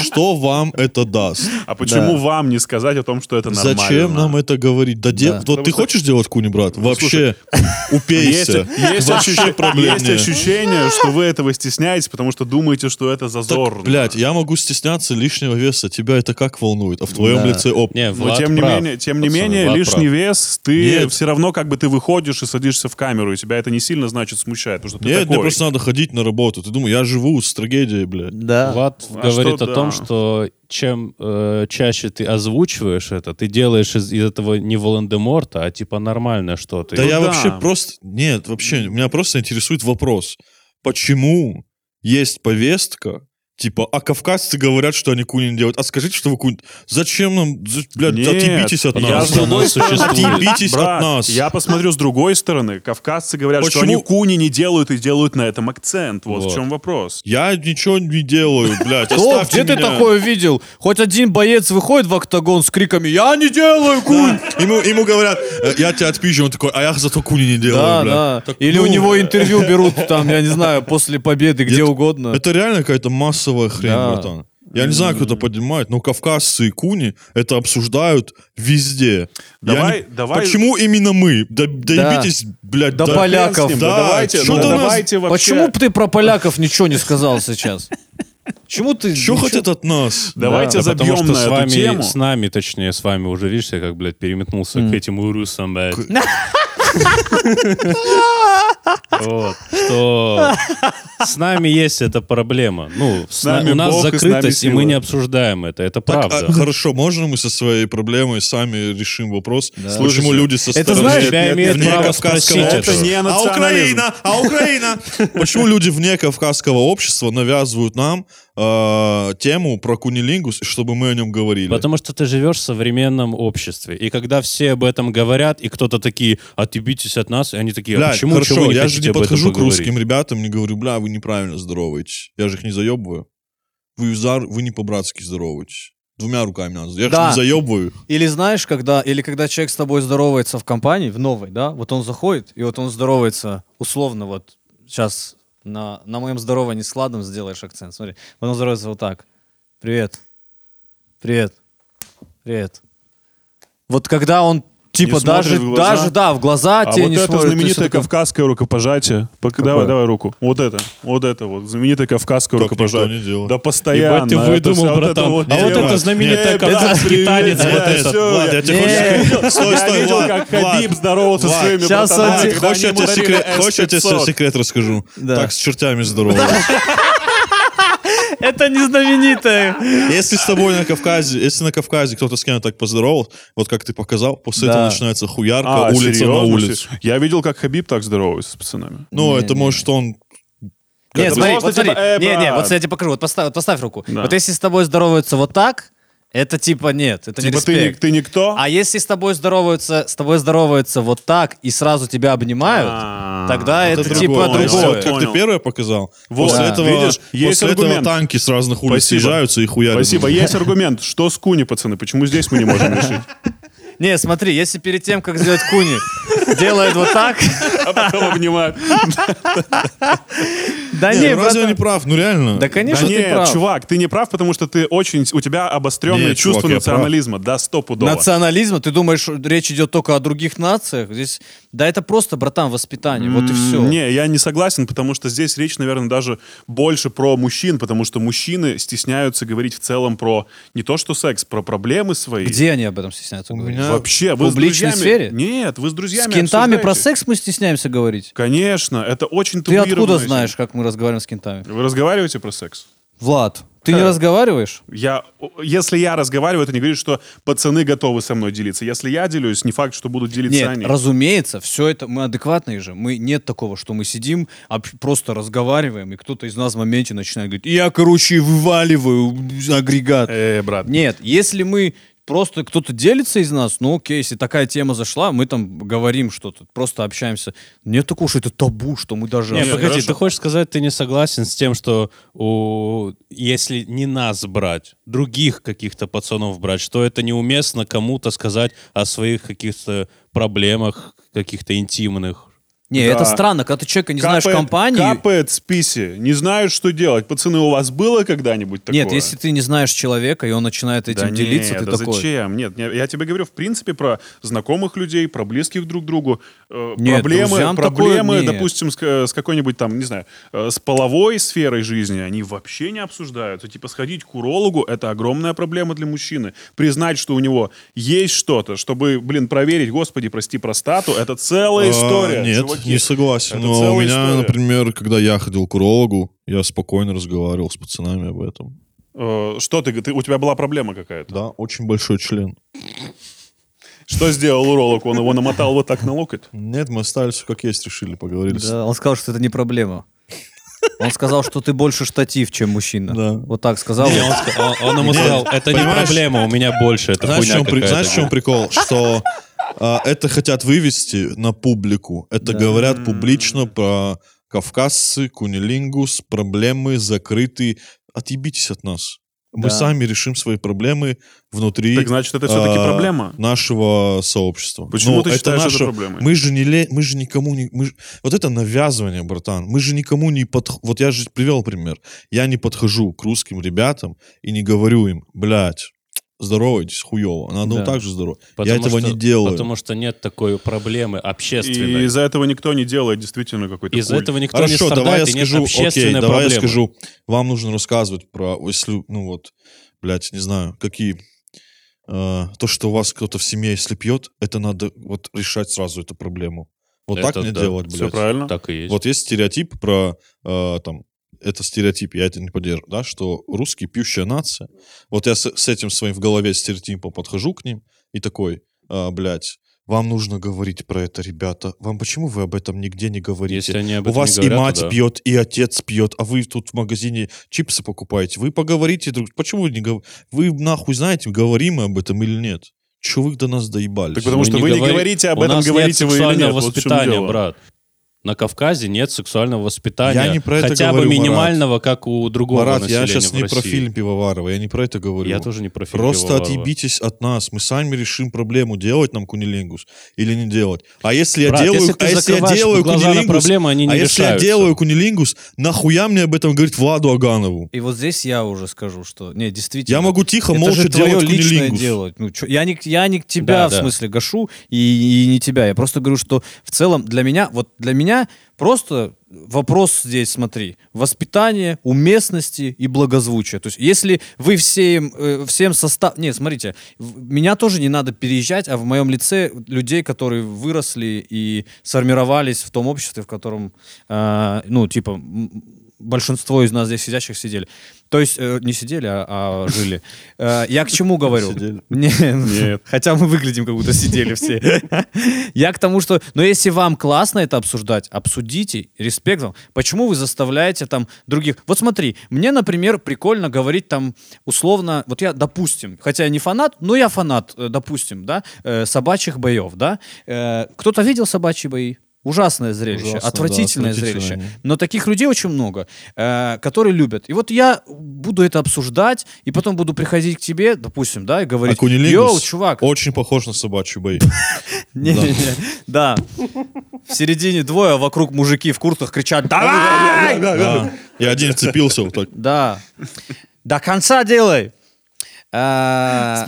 Что вам это даст? А почему вам не сказать о том, что это нормально? Зачем нам это говорить? Да, де- Да. Вот Потому ты что- хочешь делать куни, брат? Вообще, Ну, есть, упейся. есть э, Вообще ощущ- проблем есть нет. ощущение, что вы этого стесняетесь, потому что думаете, что это зазорно. Так, блядь, я могу стесняться лишнего веса, тебя это как волнует, а в твоем Да. лице оп. Не, Но Влад тем не прав, менее, тем не пацаны, менее Влад лишний прав. вес, ты Нет. все равно как бы ты выходишь и садишься в камеру, и тебя это не сильно значит смущает, потому что ты Нет, такой. мне просто надо ходить на работу. Ты думаешь, я живу с трагедией, блядь. Да. Влад А говорит что о том, да. что чем э, чаще ты озвучиваешь это, ты делаешь из, из этого не Волан-де-Морта, а типа нормальное что-то. Да И- я да. вообще просто... Нет, вообще, меня просто интересует вопрос. Почему есть повестка, Типа, а кавказцы говорят, что они кунин делают. А скажите, что вы кунин... Зачем нам... за- Блядь, Нет, отъебитесь от я нас. за нас существую. Отъебитесь Брат, от нас. я посмотрю с другой стороны. Кавказцы говорят, что Почему? они куни не делают и делают на этом акцент. Вот, в Вот. чем вопрос. Я ничего не делаю, блядь. О, оставьте где ты меня. такое видел? Хоть один боец выходит в октагон с криками «Я не делаю кунь!» Ему, ему говорят, «Э, я тебя отпизжу, он такой, а я зато куни не делаю, Да, блядь. да. Так, Или у ну, него интервью берут там, я не знаю, после победы, где Это- угодно. Это реально какая-то массовая хрень, Да. братан. Я не знаю, кто это поднимает, но кавказцы и куни это обсуждают везде. Я Давай- не- давай- Почему именно мы? Да, доебитесь, блядь, До да- поляков. Да, Да давайте, чё ну, ты нас- давайте вообще... Почему ты про поляков ничего не сказал сейчас? Чему ты... Чё хотят от нас? Давайте Да, потому забьем на что с эту вами, тему. с нами, точнее, с вами уже, видишь, я как, блядь, переметнулся к этим урусам, блядь. Вот, что с нами есть эта проблема. Ну, с на- нами у нас Бог и с нами закрытость, и сила. мы не обсуждаем это. Это Так, а, правда. хорошо, можно мы со своей проблемой сами решим вопрос, почему люди со Это стороны знаешь- Тебя имеет вне право кавказского спросить общества- это. Это не А национализм. Украина, а Украина. Почему люди вне кавказского общества навязывают нам э, тему про кунилингус, чтобы мы о нем говорили? Потому что ты живешь в современном обществе. И когда все об этом говорят, и кто-то такие, отъебитесь от нас, и они такие, а Бля, почему хорошо, чего вы не я же хотите не об этом подхожу к поговорить? русским ребятам, не говорю, бля, вы неправильно здороваетесь. Я же их не заебываю. Вы, зар- вы не по-братски здороваетесь. Двумя руками надо. Я Да. же не заебываю. Или знаешь, когда, или когда человек с тобой здоровается в компании, в новой, да, вот он заходит, и вот он здоровается условно вот сейчас на, на моем здоровании с ладом сделаешь акцент, смотри. Вот он здоровается вот так. Привет. Привет. Привет. Вот когда он типа смотрит даже, в глаза. даже, да, в глаза А тебе вот не это смотрит. то есть знаменитое это как- кавказское рукопожатие. Пока- Давай, Какое? давай руку. Вот это, вот это вот. Знаменитое кавказское Так никто рукопожатие. не делал. Да постоянно. Ебать, ты Это выдумал, всё вот братан. это вот а вот дело. это Не, знаменитая это кавказский привет, танец, да, вот это этот. всё, Влад, я- я тебе Не. хочу сказать. Стой, Я стой, видел, Влад, как Влад. Хабиб здоровался со Влад, своими щас братанами, один- когда Хочешь, я они тебе мударили секрет, хочешь, я тебе S500? свой секрет расскажу? Да. Так с чертями здороваюсь. Это не знаменитое. Если с тобой на Кавказе, если на Кавказе кто-то с кем-то так поздоровал, вот как ты показал, после Да. этого начинается хуярка, А, улица на серьезно? улицу. Я видел, как Хабиб так здоровается с пацанами. Ну, Не, это не. может, что он... Типа Нет, Это смотри, просто вот смотри. типа, э, не, не, брат. вот я тебе покажу. Вот поставь, вот поставь руку. Да. Вот если с тобой здороваются вот так, это типа нет, это не Типа ты, респект. ни- ты никто? А если с тобой здороваются, с тобой здороваются вот так и сразу тебя обнимают, А, тогда это, типа другое. Если другое. вот Как Понял. ты первое показал, Вот. после Да. этого, Видишь, есть после этого аргумент. танки с разных улиц Спасибо. съезжаются и хуярят. Спасибо. Есть аргумент. Что с куни, пацаны? Почему здесь мы не можем решить? Не, смотри, если перед тем, как сделать куни, делают вот так, А потом обнимают. да Не, не, ну разве я не братан. прав? Ну реально. Да, конечно, Да ты нет, прав. чувак, ты не прав, потому что ты очень... У тебя обостренное Нет, чувство чувак, я национализма. Да, стопудово. Национализма, ты думаешь, речь идет только о других нациях? Здесь, да, это просто, братан, воспитание, вот и все. М, Не, я не согласен, потому что здесь речь, наверное, даже больше про мужчин, потому что мужчины стесняются говорить в целом про не то что секс, про проблемы свои. Где они об этом стесняются У говорить? меня- Вообще, вы с публичной друзьями- сфере? Нет, вы с С друзьями кентами про обсуждаете. секс мы стесняемся говорить? Конечно, это очень Ты табуированная откуда тема. знаешь, как мы разговариваем с кентами? Вы разговариваете про секс? Влад, ты Э. не разговариваешь? Я, если я разговариваю, это не говорит, что пацаны готовы со мной делиться. Если я делюсь, не факт, что будут делиться Нет, они. разумеется, все это мы адекватные же. Мы нет такого, что мы сидим, а п- просто разговариваем, и кто-то из нас в моменте начинает говорить: я, короче, вываливаю агрегат. Э, брат. Нет, если мы просто кто-то делится из нас, ну окей, если такая тема зашла, мы там говорим что-то, просто общаемся. Нет такого, что это табу, что мы даже. Не, Нет, погоди, хорошо. ты хочешь сказать, ты не согласен с тем, что у, если не нас брать, других каких-то пацанов брать, что это неуместно кому-то сказать о своих каких-то проблемах, каких-то интимных. Не, Да. это странно, когда ты человека не знаешь Капает- компании. Капает с писи. Не знают, что делать. Пацаны, у вас было когда-нибудь такое? Нет, если ты не знаешь человека, и он начинает этим Да не, делиться, ты да такой. зачем? Нет, не- я тебе говорю, в принципе, про знакомых людей, про близких друг другу. Э, Нет, проблемы, друзьям проблемы такое не- допустим, с, к- с какой-нибудь там, не знаю, э, с половой сферой жизни, они вообще не обсуждаются. Типа сходить к урологу — это огромная проблема для мужчины. Признать, что у него есть что-то, чтобы, блин, проверить, господи, прости, простату, это целая А, история. Нет, чуваки. не согласен. Это Но у целая меня, история. например, когда я ходил к урологу, я спокойно разговаривал с пацанами об этом. Э, Что ты, ты- у тебя была проблема какая-то? Да, очень большой член. Что сделал уролог? Он его намотал вот так на локоть? Нет, мы остались как есть, решили, поговорили. Да, он сказал, что это не проблема. Он сказал, что ты больше штатив, чем мужчина. Да. Вот так сказал. Не, он, ска- он- он ему Нет, сказал, это не понимаешь? проблема, у меня больше, это Знаешь, в чем, хуйня при- какая-то». знаешь, в чем прикол? Что а, это хотят вывести на публику. Это говорят публично про кавказцы, кунилингус, проблемы закрытые. Отъебитесь от нас. Мы Да. сами решим свои проблемы внутри Так значит, это все-таки а, проблема. нашего сообщества. Почему Ну, ты это считаешь это наше- проблемой? Мы же не ле... мы же никому не... мы же- Вот это навязывание, братан. Мы же никому не под... Вот я же привел пример. Я не подхожу к русским ребятам и не говорю им, блядь, здоровайтесь, хуево. Надо Да. вот так же здорово. я Потому этого что- не делаю. Потому что нет такой проблемы И общественной. из-за этого никто не делает действительно какой-то Из-за культ. этого никто не Хорошо, страдает, давай я и нет скажу, окей, общественной давай проблемы. я скажу. Вам нужно рассказывать про, если, ну вот, блядь, не знаю, какие... э, то, что у вас кто-то в семье, если пьет, это надо вот решать сразу эту проблему. Вот так Это не да, делать, Все блядь. правильно. Так и есть. Вот есть стереотип про э, там это стереотип, я это не поддерживаю, да, что русские пьющая нация. Вот я с, с этим своим в голове стереотипом подхожу к ним и такой, а, блядь, вам нужно говорить про это, ребята. Вам почему вы об этом нигде не говорите? Если они об У этом не вас говорят, и мать то да. пьет, и отец пьет, а вы тут в магазине чипсы покупаете. Вы поговорите друг Почему вы не говорите? Вы нахуй знаете, говорим мы об этом или нет? Чего вы до нас доебались? Так потому Мы что вы не говори- говорите об У этом, нас говорите нет вы или сексуального нет. Вот в чём воспитания, дело. брат. На Кавказе нет сексуального воспитания. Я не про это Хотя говорю, бы Марат. минимального, как у другого Марат, населения я сейчас в не России. про фильм Пивоварова, я не про это говорю. Я тоже не про фильм Просто Пивоварова. отъебитесь от нас. Мы сами решим проблему, делать нам кунилингус или не делать. А если я Брат, делаю, если ты а если я закрываешь делаю глаза на кунилингус, проблемы, они не а если я решаются. делаю кунилингус, нахуя мне об этом говорить Владу Аганову? И вот здесь я уже скажу, что... Не, действительно. Я могу тихо, это молча же твое делать личное кунилингус. дело. Ну, чё- я, не, к- я не к тебя, Да, в да. смысле, гашу, и, и не тебя. Я просто говорю, что в целом для меня, вот для меня просто вопрос здесь, смотри, воспитание, уместности и благозвучие. То есть если вы всем, э, всем состав... Нет, смотрите, в- меня тоже не надо переезжать, а в моем лице людей, которые выросли и сформировались в том обществе, в котором, э, ну, типа... м, Большинство из нас здесь сидящих сидели. То есть, э, не сидели, а, а жили. Э, я к чему говорю? Сидели. Не, Нет. Хотя мы выглядим, как будто сидели все. Я к тому, что... Но если вам классно это обсуждать, обсудите, респект вам. Почему вы заставляете там других... Вот смотри, мне, например, прикольно говорить там условно... Вот я, допустим, хотя я не фанат, но я фанат, э, допустим, да, э, собачьих боев, да. Э, Кто-то видел собачьи бои? Ужасное зрелище, Ужасно, да, отвратительное отвратительно зрелище. они. Но таких людей очень много, э, которые любят. И вот я буду это обсуждать, и потом буду приходить к тебе, допустим, да, и А говорить, кунилингус йоу, чувак, очень похож на собачью бои. не-не-не, да. В середине двое, а вокруг мужики в куртках кричат «Давай!» Да. Я один вцепился вот так. Да. До конца делай! А,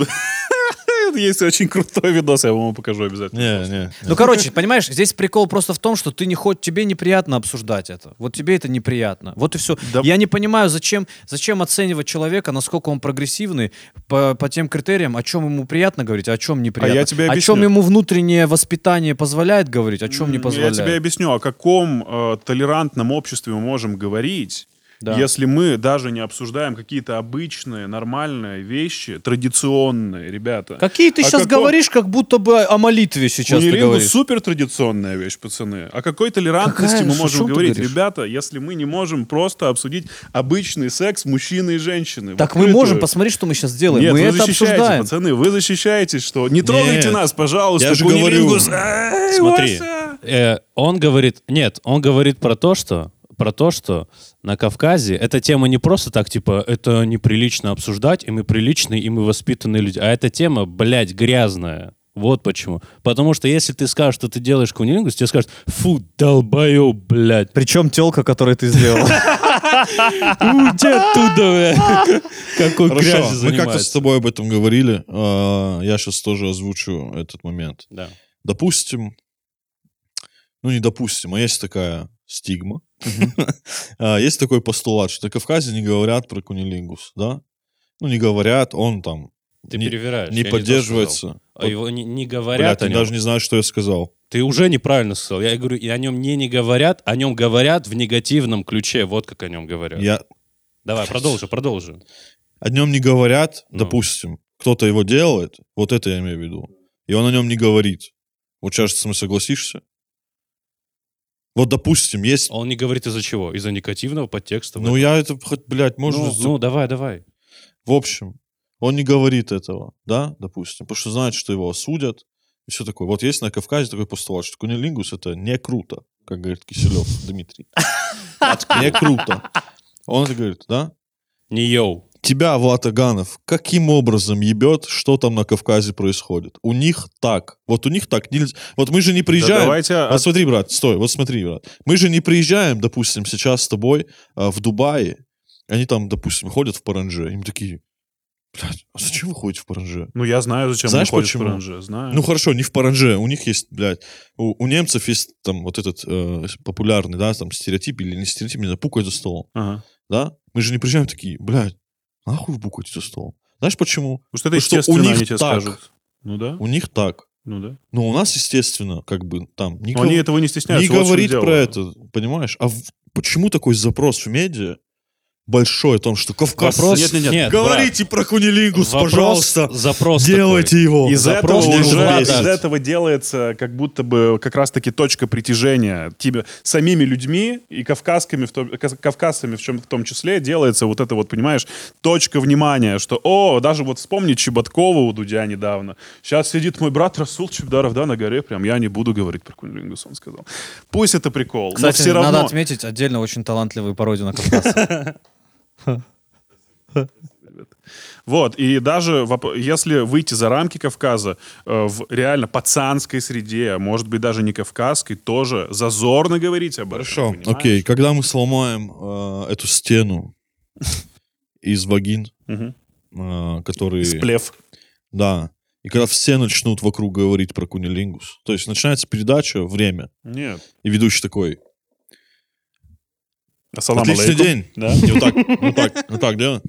Есть очень крутой видос, я вам его покажу обязательно. Не, не. Ну, короче, понимаешь, здесь прикол просто в том, что ты не хоть тебе неприятно обсуждать это. Вот тебе это неприятно. Вот и все. Да. Я не понимаю, зачем, зачем оценивать человека, насколько он прогрессивный по, по тем критериям, о чем ему приятно говорить, а о чем неприятно. я тебе о объясню. чем ему внутреннее воспитание позволяет говорить, о чем не М, Я позволяет. тебе объясню, о каком э, толерантном обществе мы можем говорить, Да. если мы даже не обсуждаем какие-то обычные, нормальные вещи, традиционные, ребята. Какие ты О сейчас каком- говоришь, как будто бы о молитве сейчас ты Кунилингус говоришь. супер традиционная вещь, пацаны. О какой толерантности Какая? мы О можем чем ты говорить, говоришь? ребята, если мы не можем просто обсудить обычный секс мужчины и женщины? в Так мы открытую? можем посмотреть, что мы сейчас делаем. Нет, мы вы это защищаете, обсуждаем. пацаны, вы защищаетесь, что не трогайте нас, пожалуйста, Я же говорю. кунилингус. Эй, Смотри, Вася! э, он говорит, нет, он говорит про то, что про то, что на Кавказе эта тема не просто так, типа, это неприлично обсуждать, и мы приличные, и мы воспитанные люди, а эта тема, блядь, грязная. Вот почему. Потому что если ты скажешь, что ты делаешь кунилингус, тебе скажут, фу, долбоеб, блядь, Причем телка, которую ты сделал. уйди оттуда, блядь. Какой Хорошо, грязью мы как-то с занимается. тобой об этом говорили. А, Я сейчас тоже озвучу этот момент. Да. допустим, ну не допустим, а есть такая стигма, А, есть такой постулат, что на Кавказе не говорят про кунилингус, да? Ну не говорят, он там Ты не, перевираешь. не я то сказал. поддерживается. А Его не, не Блядь, говорят я о нем. даже не знаю, что я сказал. Ты уже неправильно сказал. Я говорю, и о нем не не говорят, о нем говорят в негативном ключе. Вот как о нем говорят. Я Давай, продолжи, продолжи. о нем не говорят, Ну. допустим, кто-то его делает, вот это я имею в виду, и он о нем не говорит. Вот сейчас ты со мной согласишься? Вот, допустим, есть... Он не говорит из-за чего? Из-за негативного подтекста? Ну, я это, хоть, блядь, можно... ну, за- ну, давай, давай. В общем, он не говорит этого, да, допустим, потому что знает, что его осудят и все такое. Вот есть на Кавказе такой постулат, что кунилингус — это не круто, как говорит Киселев Дмитрий. Не круто. Он это говорит, да? Не йоу. Тебя, Влад Аганов, каким образом ебет, что там на Кавказе происходит? У них так. Вот у них так нельзя. Вот мы же не Да приезжаем... давайте а Вот от- А смотри, брат, стой, вот смотри, брат. Мы же не приезжаем, допустим, сейчас с тобой а, в Дубае. Они там, допустим, ходят в паранже. Им такие, блядь, а зачем вы ходите в паранже? Ну, я знаю, зачем Знаешь, они ходят почему? в паранже, Знаю. Ну хорошо, не в паранже. У них есть, блядь, у, у немцев есть там вот этот э, популярный, да, там стереотип или не стереотип, не знаю, пукать за столом, Ага. да? Мы же не приезжаем такие, блядь, нахуй вы пукаете за столом? Знаешь почему? Потому что это Потому что у естественно, них они тебе так. скажут. Ну да, У них так. ну да. Но у нас, естественно, как бы там Но никто... Ну, они этого не стесняются. не вот в чем говорит дело. про это, понимаешь? А в- почему такой запрос в медиа большой о том, что Кавказ... Вопрос- Нет, нет, нет. Нет, Говорите про кунилингус, Вопрос- пожалуйста. Запрос Делайте такой. его. Из этого, Запрос не уже- жесткий. из этого делается как будто бы как раз-таки точка притяжения тебе самими людьми и кавказскими, в том, каз- кавказцами в, чем, в том числе делается вот это вот, понимаешь, точка внимания, что, о, даже вот вспомни Чеботкова у Дудя недавно. Сейчас сидит мой брат Расул Чебдаров, да, на горе, прям я не буду говорить про Кунилингус, он сказал. Пусть это прикол, но Кстати, все равно... надо отметить отдельно очень талантливую пародию на Кавказ. Вот, и даже воп- если выйти за рамки Кавказа, э, в реально пацанской среде, а может быть даже не кавказской, тоже зазорно говорить об этом. Хорошо, понимаешь? окей, когда мы сломаем э, эту стену из вагин, Мгм. э, которые... Сплев. Да. И когда все начнут вокруг говорить про кунилингус. То есть начинается передача «Время», Нет. и ведущий такой... Ассалам Отличный алейкум. день. Да. И вот так, вот так, вот так, да?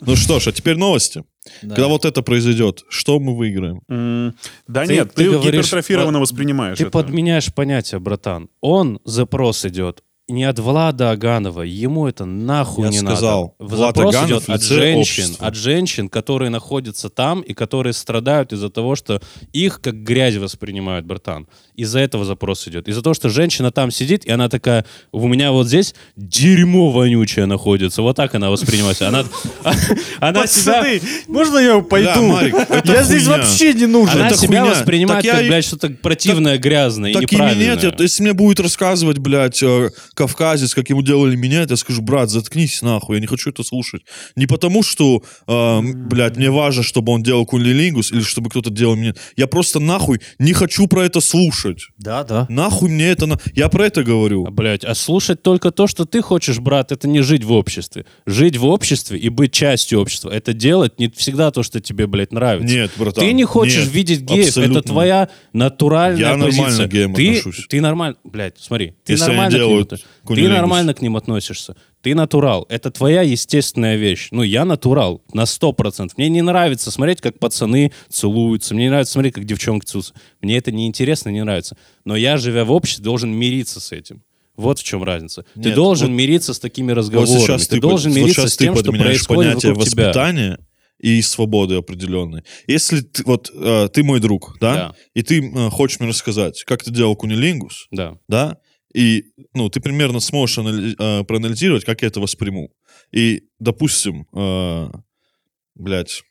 Ну что ж, а теперь новости. Да. Когда вот это произойдет, что мы выиграем? М, Да Ты- нет, ты ты, говоришь, гипертрофированно вот воспринимаешь Ты это. подменяешь понятие, братан. Он запрос идет не от Влада Аганова, ему это нахуй Я не сказал, надо. В Влад запрос Аганов идет в от лице женщин, общества. от женщин, которые находятся там и которые страдают из-за того, что их как грязь воспринимают, братан. Из-за этого запрос идет. Из-за того, что женщина там сидит, и она такая, у меня вот здесь дерьмо вонючее находится. Вот так она воспринимается. Она, она себя Пацаны, можно я Да, пойду? Марик, это Я здесь хуйня. А вообще не нужен. Она это себя хуйня. воспринимает Так я как, и- блядь, что-то противное, грязное и Так и неправильное. минет, это- если мне будет рассказывать, блядь, э, кавказец, как ему делали минет, я скажу, брат, заткнись нахуй, я не хочу это слушать. Не потому, что, э, блядь, мне важно, чтобы он делал кунилингус или чтобы кто-то делал минет. Я просто нахуй не хочу про это слушать. Да, да. Нахуй мне это... на- Я про это говорю. Блять, а слушать только то, что ты хочешь, брат, это не жить в обществе. Жить в обществе и быть частью общества, это делать не всегда то, что тебе, блядь, нравится. Нет, братан. Ты не хочешь нет, видеть геев, абсолютно. это твоя натуральная Я нормально позиция. к геям ты, отношусь. Ты нормально, блядь, смотри, ты Если они нормально к ним делают относишься. Ты кунилингус. нормально к ним относишься. Ты натурал. Это твоя естественная вещь. Ну, я натурал на 100%. Мне не нравится смотреть, как пацаны целуются. Мне не нравится смотреть, как девчонки целуются. Мне это неинтересно, не нравится. Но я, живя в обществе, должен мириться с этим. Вот в чем разница. ты Нет, должен вот- мириться с такими Вот разговорами. сейчас ты, ты, под- должен вот мириться сейчас с ты тем, что подменяешь происходит понятие вокруг тебя. воспитания и свободы определенной. Если ты, вот э, ты мой друг, да, Да. и ты э, хочешь мне рассказать, как ты делал кунилингус, Да. да, и ну ты примерно сможешь анали- э, проанализировать, как я это восприму. И, допустим, э, блядь,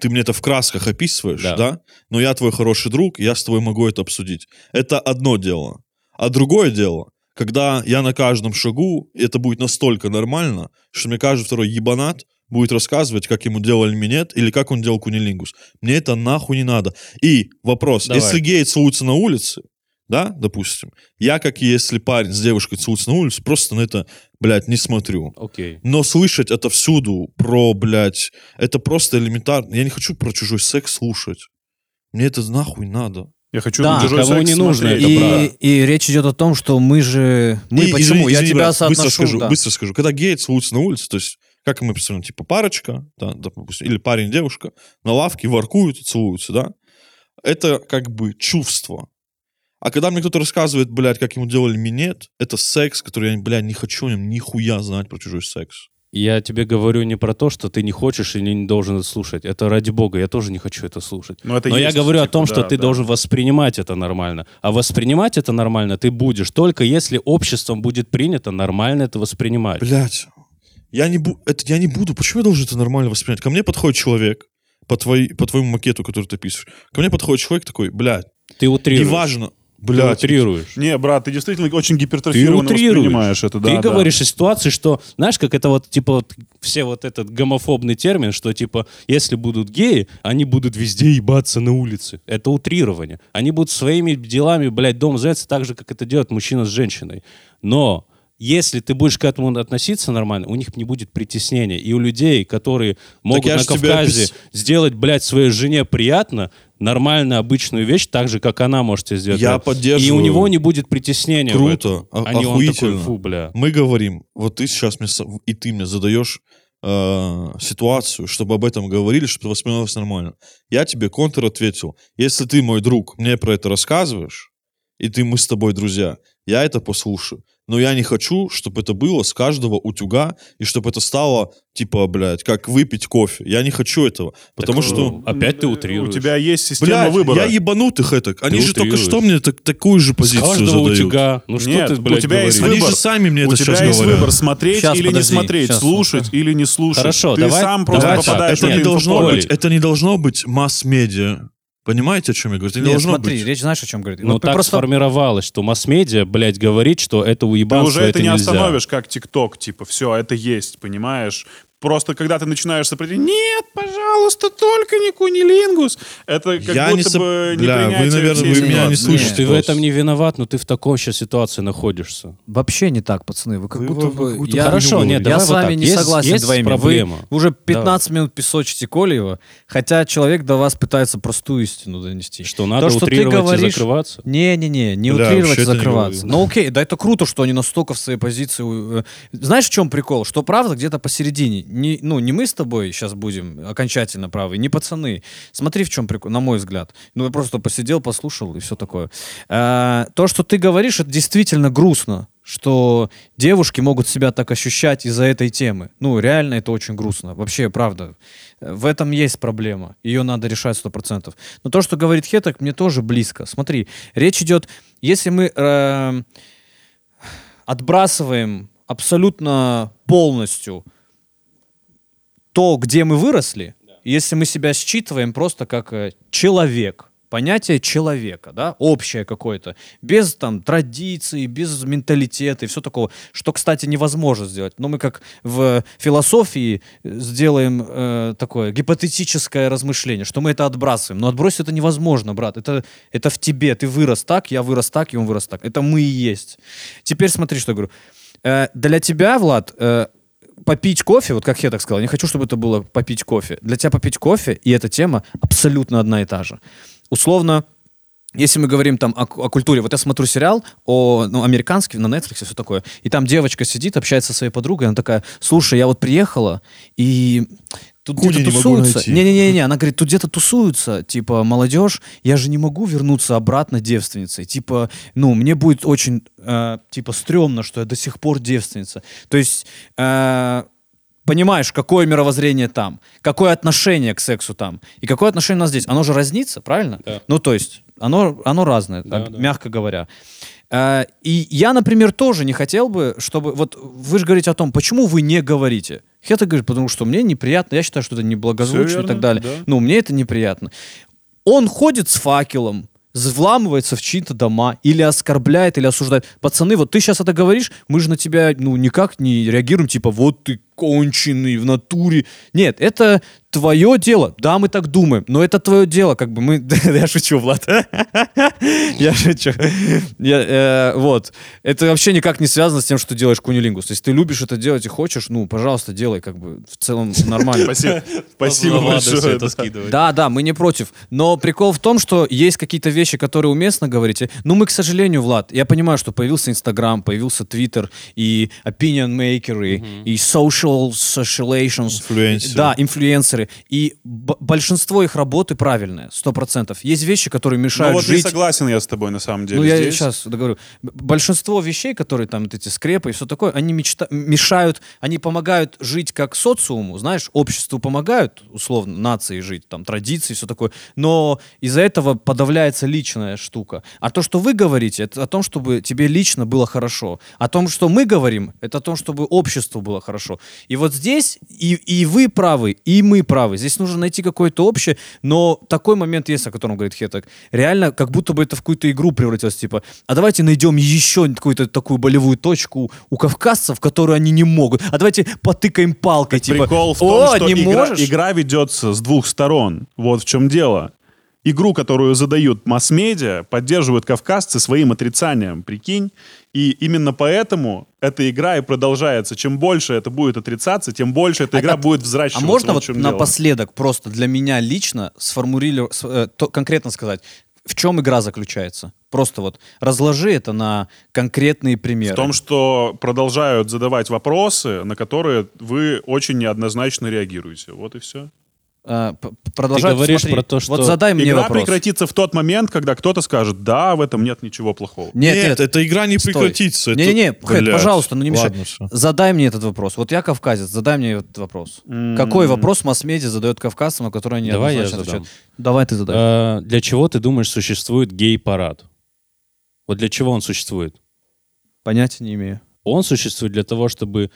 ты мне это в красках описываешь, Да. да. но я твой хороший друг, я с тобой могу это обсудить. Это одно дело. А другое дело, когда я на каждом шагу, и это будет настолько нормально, что мне каждый второй ебанат будет рассказывать, как ему делали минет или как он делал кунилингус. Мне это нахуй не надо. И вопрос, Давай. если геи целуются на улице, да, допустим, я, как и если парень с девушкой целуется на улице, просто на это, блядь, не смотрю. Окей. Но слышать это всюду про, блядь, это просто элементарно. Я не хочу про чужой секс слушать. Мне это нахуй надо. Я хочу Да, на чужой кому секс не нужно смотреть, а это, да. И, и речь идет о том, что мы же... Мы И, Ну почему? извини, Я извини, тебя брат, соотношу. Быстро скажу, да. быстро скажу. Когда геи целуются на улице, то есть, как мы представляем, типа парочка, да, допустим, или парень, девушка, на лавке воркуют и целуются, да? Это как бы чувство. А когда мне кто-то рассказывает, блядь, как ему делали минет, это секс, который я, блядь, не хочу о нем нихуя знать про чужой секс. Я тебе говорю не про то, что ты не хочешь или не должен это слушать. Это ради бога, я тоже не хочу это слушать. Но это я есть, говорю о типа, том, что да, ты да. должен воспринимать это нормально. А воспринимать это нормально ты будешь только если обществом будет принято нормально это воспринимать. Блять, я не, бу... это, я не буду. Почему я должен это нормально воспринять? Ко мне подходит человек по, твоей, по твоему макету, который ты пишешь. Ко мне подходит человек такой, блядь, Ты утрируешь. неважно. Ты Блядь, утрируешь. Не, брат, ты действительно очень Ты гипертрофированно утрируешь. воспринимаешь это, да. ты да. говоришь о ситуации, что, знаешь, как это вот, типа, вот все вот этот гомофобный термин, что, типа, если будут геи, они будут везде ебаться на улице. Это утрирование. Они будут своими делами, блядь, дома заняться так же, как это делает мужчина с женщиной. Но если ты будешь к этому относиться нормально, у них не будет притеснения. И у людей, которые могут я на ж тебе Кавказе опис- сделать, блядь, своей жене приятно, нормально обычную вещь, так же, как она может тебе сделать. Я Да. И у поддерживаю. него не будет притеснения. в этом. Круто, о- А не он такой, охуительно. фу, бля. Мы говорим, вот ты сейчас мне, со- и ты мне задаешь э, ситуацию, чтобы об этом говорили, чтобы воспринималось нормально. Я тебе контр ответил. Если ты мой друг, мне про это рассказываешь, и ты мы с тобой друзья, я это послушаю. Но я не хочу, чтобы это было с каждого утюга, и чтобы это стало, типа, блядь, как выпить кофе. Я не хочу этого. Потому Так, что... ну, Опять ты утрируешь. э, У тебя есть система Блядь, выбора. я ебанутых этак. Они же только утрируешь. что мне так- такую же С позицию каждого задают. утюга. Ну что Нет, ты, у блядь, тебя есть говоришь? Они выбор. же сами мне у это тебя сейчас есть говорят. выбор смотреть Щас, или подожди, не смотреть, щас, слушать или не слушать. Хорошо, Ты давай- сам просто давай так, попадаешь это нет, не ну, должно поле. быть, это не должно быть масс-медиа. Понимаете, о чем я говорю? Это не Нет, должно смотри, быть. речь знаешь, о чем говорит? Ну Вот так просто- сформировалось, что масс-медиа, блядь, говорит, что это Ты уебанство, уже это не нельзя. остановишь, как ТикТок, типа, все, это есть, понимаешь? Просто когда ты начинаешь сопротивляться, нет, пожалуйста, только не кунилингус. Это как Я не будто соп- бы Бля, вы, непринятие наверное, всей вы меня ситуации. не слышите. Слушай, ты в просто. этом не виноват, но ты в такой сейчас ситуации находишься. Вообще не так, пацаны. Вы как Вы- будто вы- вы бы... какую-то Я, хуйню Хорошо, нет, я давай с вот вами так. не Есть- согласен есть с двоими. проблема. Вы уже 15 минут песочите Колеева, хотя человек до вас пытается простую истину донести. Что надо что ты утрировать и говоришь- закрываться. Не-не-не, не Бля, утрировать вообще и это не закрываться. говорю. Ну окей, да это круто, что они настолько в своей позиции... э, Знаешь, в чем прикол? Что правда где-то посередине. Не, ну, не мы с тобой сейчас будем окончательно правы, не пацаны. Смотри, в чем прикол, на мой взгляд. Ну, я просто посидел, послушал и все такое. А, то, что ты говоришь, это действительно грустно что девушки могут себя так ощущать из-за этой темы. Ну, реально это очень грустно. Вообще, правда. Э, В этом есть проблема. Ее надо решать 100%. Но то, что говорит Хеток, мне тоже близко. Смотри, речь идет, если мы э, отбрасываем абсолютно полностью то, где мы выросли, если мы себя считываем просто как э, человек, понятие человека, да, общее какое-то, без там традиций, без менталитета и все такого, что, кстати, невозможно сделать. Но мы как в философии сделаем э, такое гипотетическое размышление, что мы это отбрасываем. Но отбросить это невозможно, брат. Это, это в тебе. Ты вырос так, я вырос так, и он вырос так. Это мы и есть. Теперь смотри, что я говорю. Э, для тебя, Влад, э, попить кофе, вот как я так сказал, я не хочу, чтобы это было попить кофе. Для тебя попить кофе и эта тема абсолютно одна и та же. Условно, если мы говорим там о, о культуре, вот я смотрю сериал о ну, американский на Netflix и все такое, и там девочка сидит, общается со своей подругой, она такая, слушай, я вот приехала, и тут Худи где-то не могу тусуются. найти». Не-не-не, она говорит, тут где-то тусуются, типа, молодежь, я же не могу вернуться обратно девственницей. Типа, ну, мне будет очень, э, типа, стрёмно, что я до сих пор девственница. То есть... э, понимаешь, какое мировоззрение там, какое отношение к сексу там и какое отношение у нас здесь. Оно же разнится, правильно? Да. Ну, то есть, оно, оно разное, Да, об- да. мягко говоря. Э, И я, например, тоже не хотел бы, чтобы... Вот вы же говорите о том, почему вы не говорите. Хета говорит, потому что мне неприятно, я считаю, что это неблагозвучно и верно, так далее. да. Ну, мне это неприятно. Он ходит с факелом, з- вламывается в чьи-то дома, или оскорбляет, или осуждает. Пацаны, вот ты сейчас это говоришь, мы же на тебя, ну, никак не реагируем, типа, вот ты конченый в натуре. Нет, это твое дело. Да, мы так думаем, но это твое дело, как бы мы... Да, Я шучу, Влад. Я шучу. Я, э, Вот. Это вообще никак не связано с тем, что ты делаешь кунилингус. Если ты любишь это делать и хочешь, ну, пожалуйста, делай, как бы, в целом нормально. Спасибо, спасибо Ладно, всё большое. это да. скидывай. Да, да, мы не против. Но прикол в том, что есть какие-то вещи, которые уместно говорите. Ну, мы, к сожалению, Влад, я понимаю, что появился Инстаграм, появился Твиттер и opinion makers, и social social associations. Инфлюенсеры. Да, инфлюенсеры. И б- большинство их работы правильное, 100%. Есть вещи, которые Ну мешают вот не жить. согласен я с тобой на самом деле Ну, я здесь. сейчас договорю. Б- Большинство вещей, которые там, вот эти скрепы и все такое, они мечта- мешают, они помогают жить как социуму, знаешь, обществу помогают, условно, нации жить, там, традиции, все такое, но из-за этого подавляется личная штука. А то, что вы говорите, это о том, чтобы тебе лично было хорошо. О том, что мы говорим, это о том, чтобы обществу было хорошо. И вот здесь и, и вы правы, и мы правы. Здесь нужно найти какое-то общее, но такой момент есть, о котором говорит Хеток. Реально, как будто бы это в какую-то игру превратилось, типа, а давайте найдем еще какую-то такую болевую точку у кавказцев, которую они не могут. А давайте потыкаем палкой, типа, Прикол в том, о, что не игра, можешь? игра ведется с двух сторон. Вот в чем дело. Игру, которую задают масс-медиа, поддерживают кавказцы своим отрицанием, прикинь. И именно поэтому эта игра и продолжается. Чем больше это будет отрицаться, тем больше эта А игра как- будет взращиваться. А можно Вот вот в чем дело. напоследок просто для меня лично сформулировать, э, конкретно сказать, в чем игра заключается? Просто вот разложи это на конкретные примеры. В том, что продолжают задавать вопросы, на которые вы очень неоднозначно реагируете. Вот и все. Э, п- п- продолжай, Ты говоришь смотри. про то, что Вот задай мне Игра вопрос. прекратится в тот момент, когда кто-то скажет, да, в этом нет ничего плохого. Нет, нет, эта игра не стой. прекратится. это- Не-не-не, Хэд, Блядь, пожалуйста, ну не мешай. ладно всё. Задай мне этот вопрос. Вот я кавказец, задай мне этот вопрос. М. Какой вопрос масс-медиа задает кавказцам, на который они Давай я однозначно задам. отвечают? Давай ты задай. Э, Для чего, ты думаешь, существует гей-парад? Вот для чего он существует? Понятия не имею. Он существует для того, чтобы...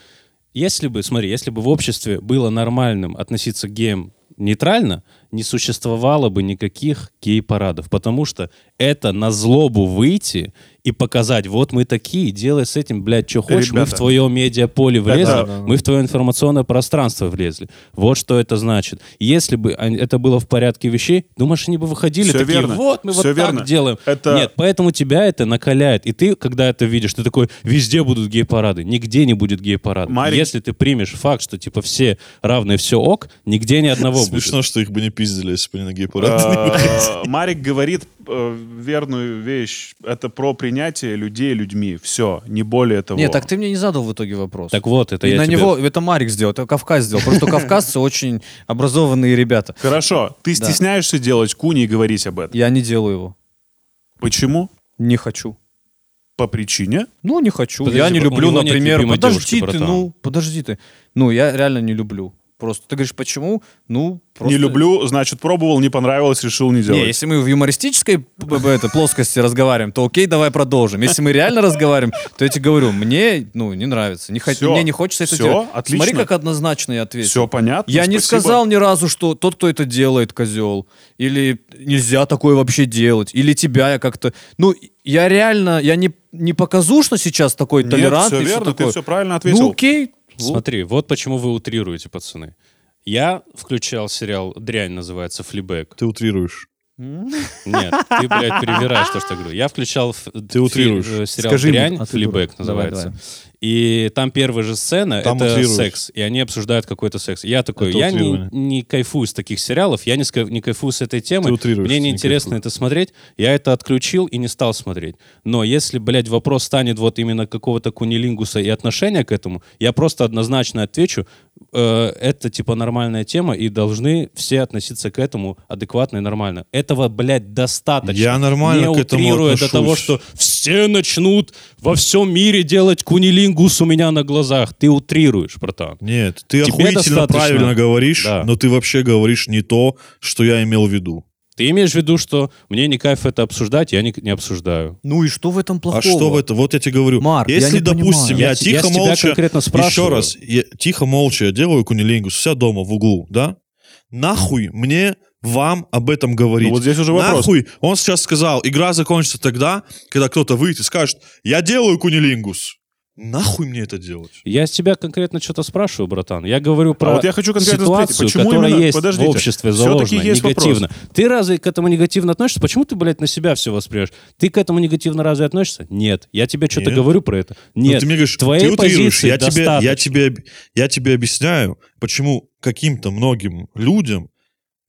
Если бы, смотри, если бы в обществе было нормальным относиться к геям нейтрально, не существовало бы никаких гей-парадов, потому что это на злобу выйти и показать, вот мы такие, делай с этим, блядь, что хочешь, мы Ребята. в твое медиаполе влезли, Да, мы в твое информационное пространство влезли. Вот что это значит. Если бы они- это было в порядке вещей, думаешь, они бы выходили Всё такие, верно. вот мы Всё вот верно. так делаем. Это- Нет, Поэтому тебя это накаляет. И ты, когда это видишь, ты такой, везде будут гей-парады, нигде не будет гей-парада. Марик- Если ты примешь факт, что типа все равны, все ок, нигде ни одного Смешно, будет. что их бы не пиздили, если бы они на А. гей-парад не были. Э, Марик говорит э, верную вещь. Это про принятие людей людьми. Все, не более того. Нет, так ты мне не задал в итоге вопрос. Так вот, это И я на тебе- него это Марик сделал, это Кавказ сделал, потому что кавказцы очень образованные ребята. Хорошо, ты Да. стесняешься делать куни и говорить об этом. Я не делаю его, Почему? не хочу. По причине? Ну, не хочу. Подожди, типа, я не у люблю, него нет например, любимой подожди девушки, ты, братан. ну, подожди ты. Ну, я реально не люблю. Просто ты говоришь, почему? Ну, просто... Не люблю, значит, пробовал, не понравилось, решил не делать. Не, если мы в юмористической б- б- это, плоскости разговариваем, то окей, давай продолжим. Если мы реально разговариваем, то я тебе говорю, мне, ну, не нравится. Не хо- Всё, Мне не хочется это всё, делать. отлично. Смотри, как однозначно я ответил. Все понятно. Я не спасибо. сказал ни разу, что тот, кто это делает, козел. Или нельзя такое вообще делать. Или тебя я как-то... Ну, я реально, я не, не показушно сейчас такой Нет, толерантный. всё и всё верно, ты такое. всё правильно ответил. Ну, окей. Смотри, вот почему вы утрируете, пацаны. Я включал сериал «Дрянь» называется, «Флибэк». Ты утрируешь. Нет, ты, блядь, перевираешь то, что я говорю. Я включал ф- фи- утрируешь. э, сериал Скажи мне, «Дрянь», а ты «Флибэк» дура. Давай, называется. И там первая же сцена — Там это утрируешь. секс. И они обсуждают какой-то секс. Я такой, Это я не, утрирование. не кайфую с таких сериалов, я не, ска- не кайфую с этой темы. Ты утрируешь, Мне ты не неинтересно кайфуешь. это смотреть. Я это отключил и не стал смотреть. Но если, блядь, вопрос станет вот именно какого-то кунилингуса и отношения к этому, я просто однозначно отвечу, э, это типа нормальная тема, и должны все относиться к этому адекватно и нормально. Этого, блядь, достаточно. Я нормально не к этому утрируя отношусь. до того, что все начнут во всем мире делать кунилингус у меня на глазах. Ты утрируешь, братан. Нет, ты Тебе охуительно достаточно. правильно говоришь, Да. но ты вообще говоришь не то, что я имел в виду. Ты имеешь в виду, что мне не кайф это обсуждать, я не, не обсуждаю. Ну и что в этом плохого? А что в это? Вот я тебе говорю. Марк, я если, не допустим, понимаю. я, Я те- я тихо с тебя молча... конкретно Еще спрашиваю. раз, я тихо молча я делаю кунилингус у себя дома в углу, да? Нахуй мне вам об этом говорить. Ну вот здесь уже вопрос. Нахуй, он сейчас сказал, игра закончится тогда, когда кто-то выйдет и скажет, я делаю кунилингус. Нахуй мне это делать? Я с тебя конкретно что-то спрашиваю, братан. Я говорю про А вот я хочу конкретно ситуацию, спросить, почему которая именно- есть подождите, в обществе всё-таки заложена есть вопрос. негативно. Ты разве к этому негативно относишься? Почему ты, блядь, на себя все воспринимаешь? Ты к этому негативно разве относишься? Нет. Я тебе что-то Нет. говорю про это. Ну, Нет. ты мне говоришь, твоей ты утрируешь, позиции я тебе, я, достаточно. тебе, об- я тебе объясняю, почему каким-то многим людям,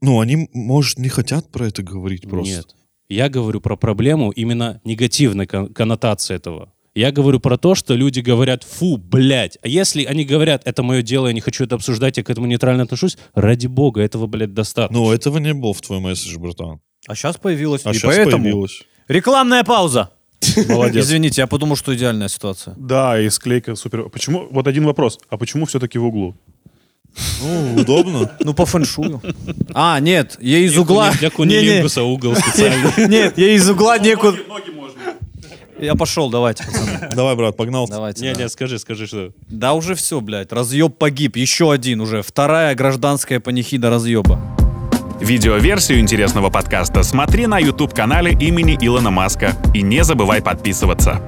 ну, они, может, не хотят про это говорить просто. Нет. Я говорю про проблему именно негативной кон- коннотации этого. Я говорю про то, что люди говорят, фу, блядь. А если они говорят, это мое дело, я не хочу это обсуждать, я к этому нейтрально отношусь, ради бога, этого, блядь, достаточно. Ну, этого не было в твоем месседже, братан. А сейчас появилась. А и сейчас поэтому... появилось. Рекламная пауза. Молодец. Извините, я подумал, что идеальная ситуация. Да, и склейка супер. Почему? Вот один вопрос. А почему все-таки в углу? Ну, удобно. Ну, по фэншую. А, нет, я из Нихуя угла... Для Не-не, кунилингуса угол специальный. Нет, я из угла некуда... Я пошел, давайте, пацаны, Давай, брат, погнал. давайте. Не, да. не, скажи, скажи, что. Да уже все, блядь, разъеб погиб, еще один уже, вторая гражданская панихида разъеба. Видеоверсию интересного подкаста смотри на YouTube-канале имени Илона Маска и не забывай подписываться.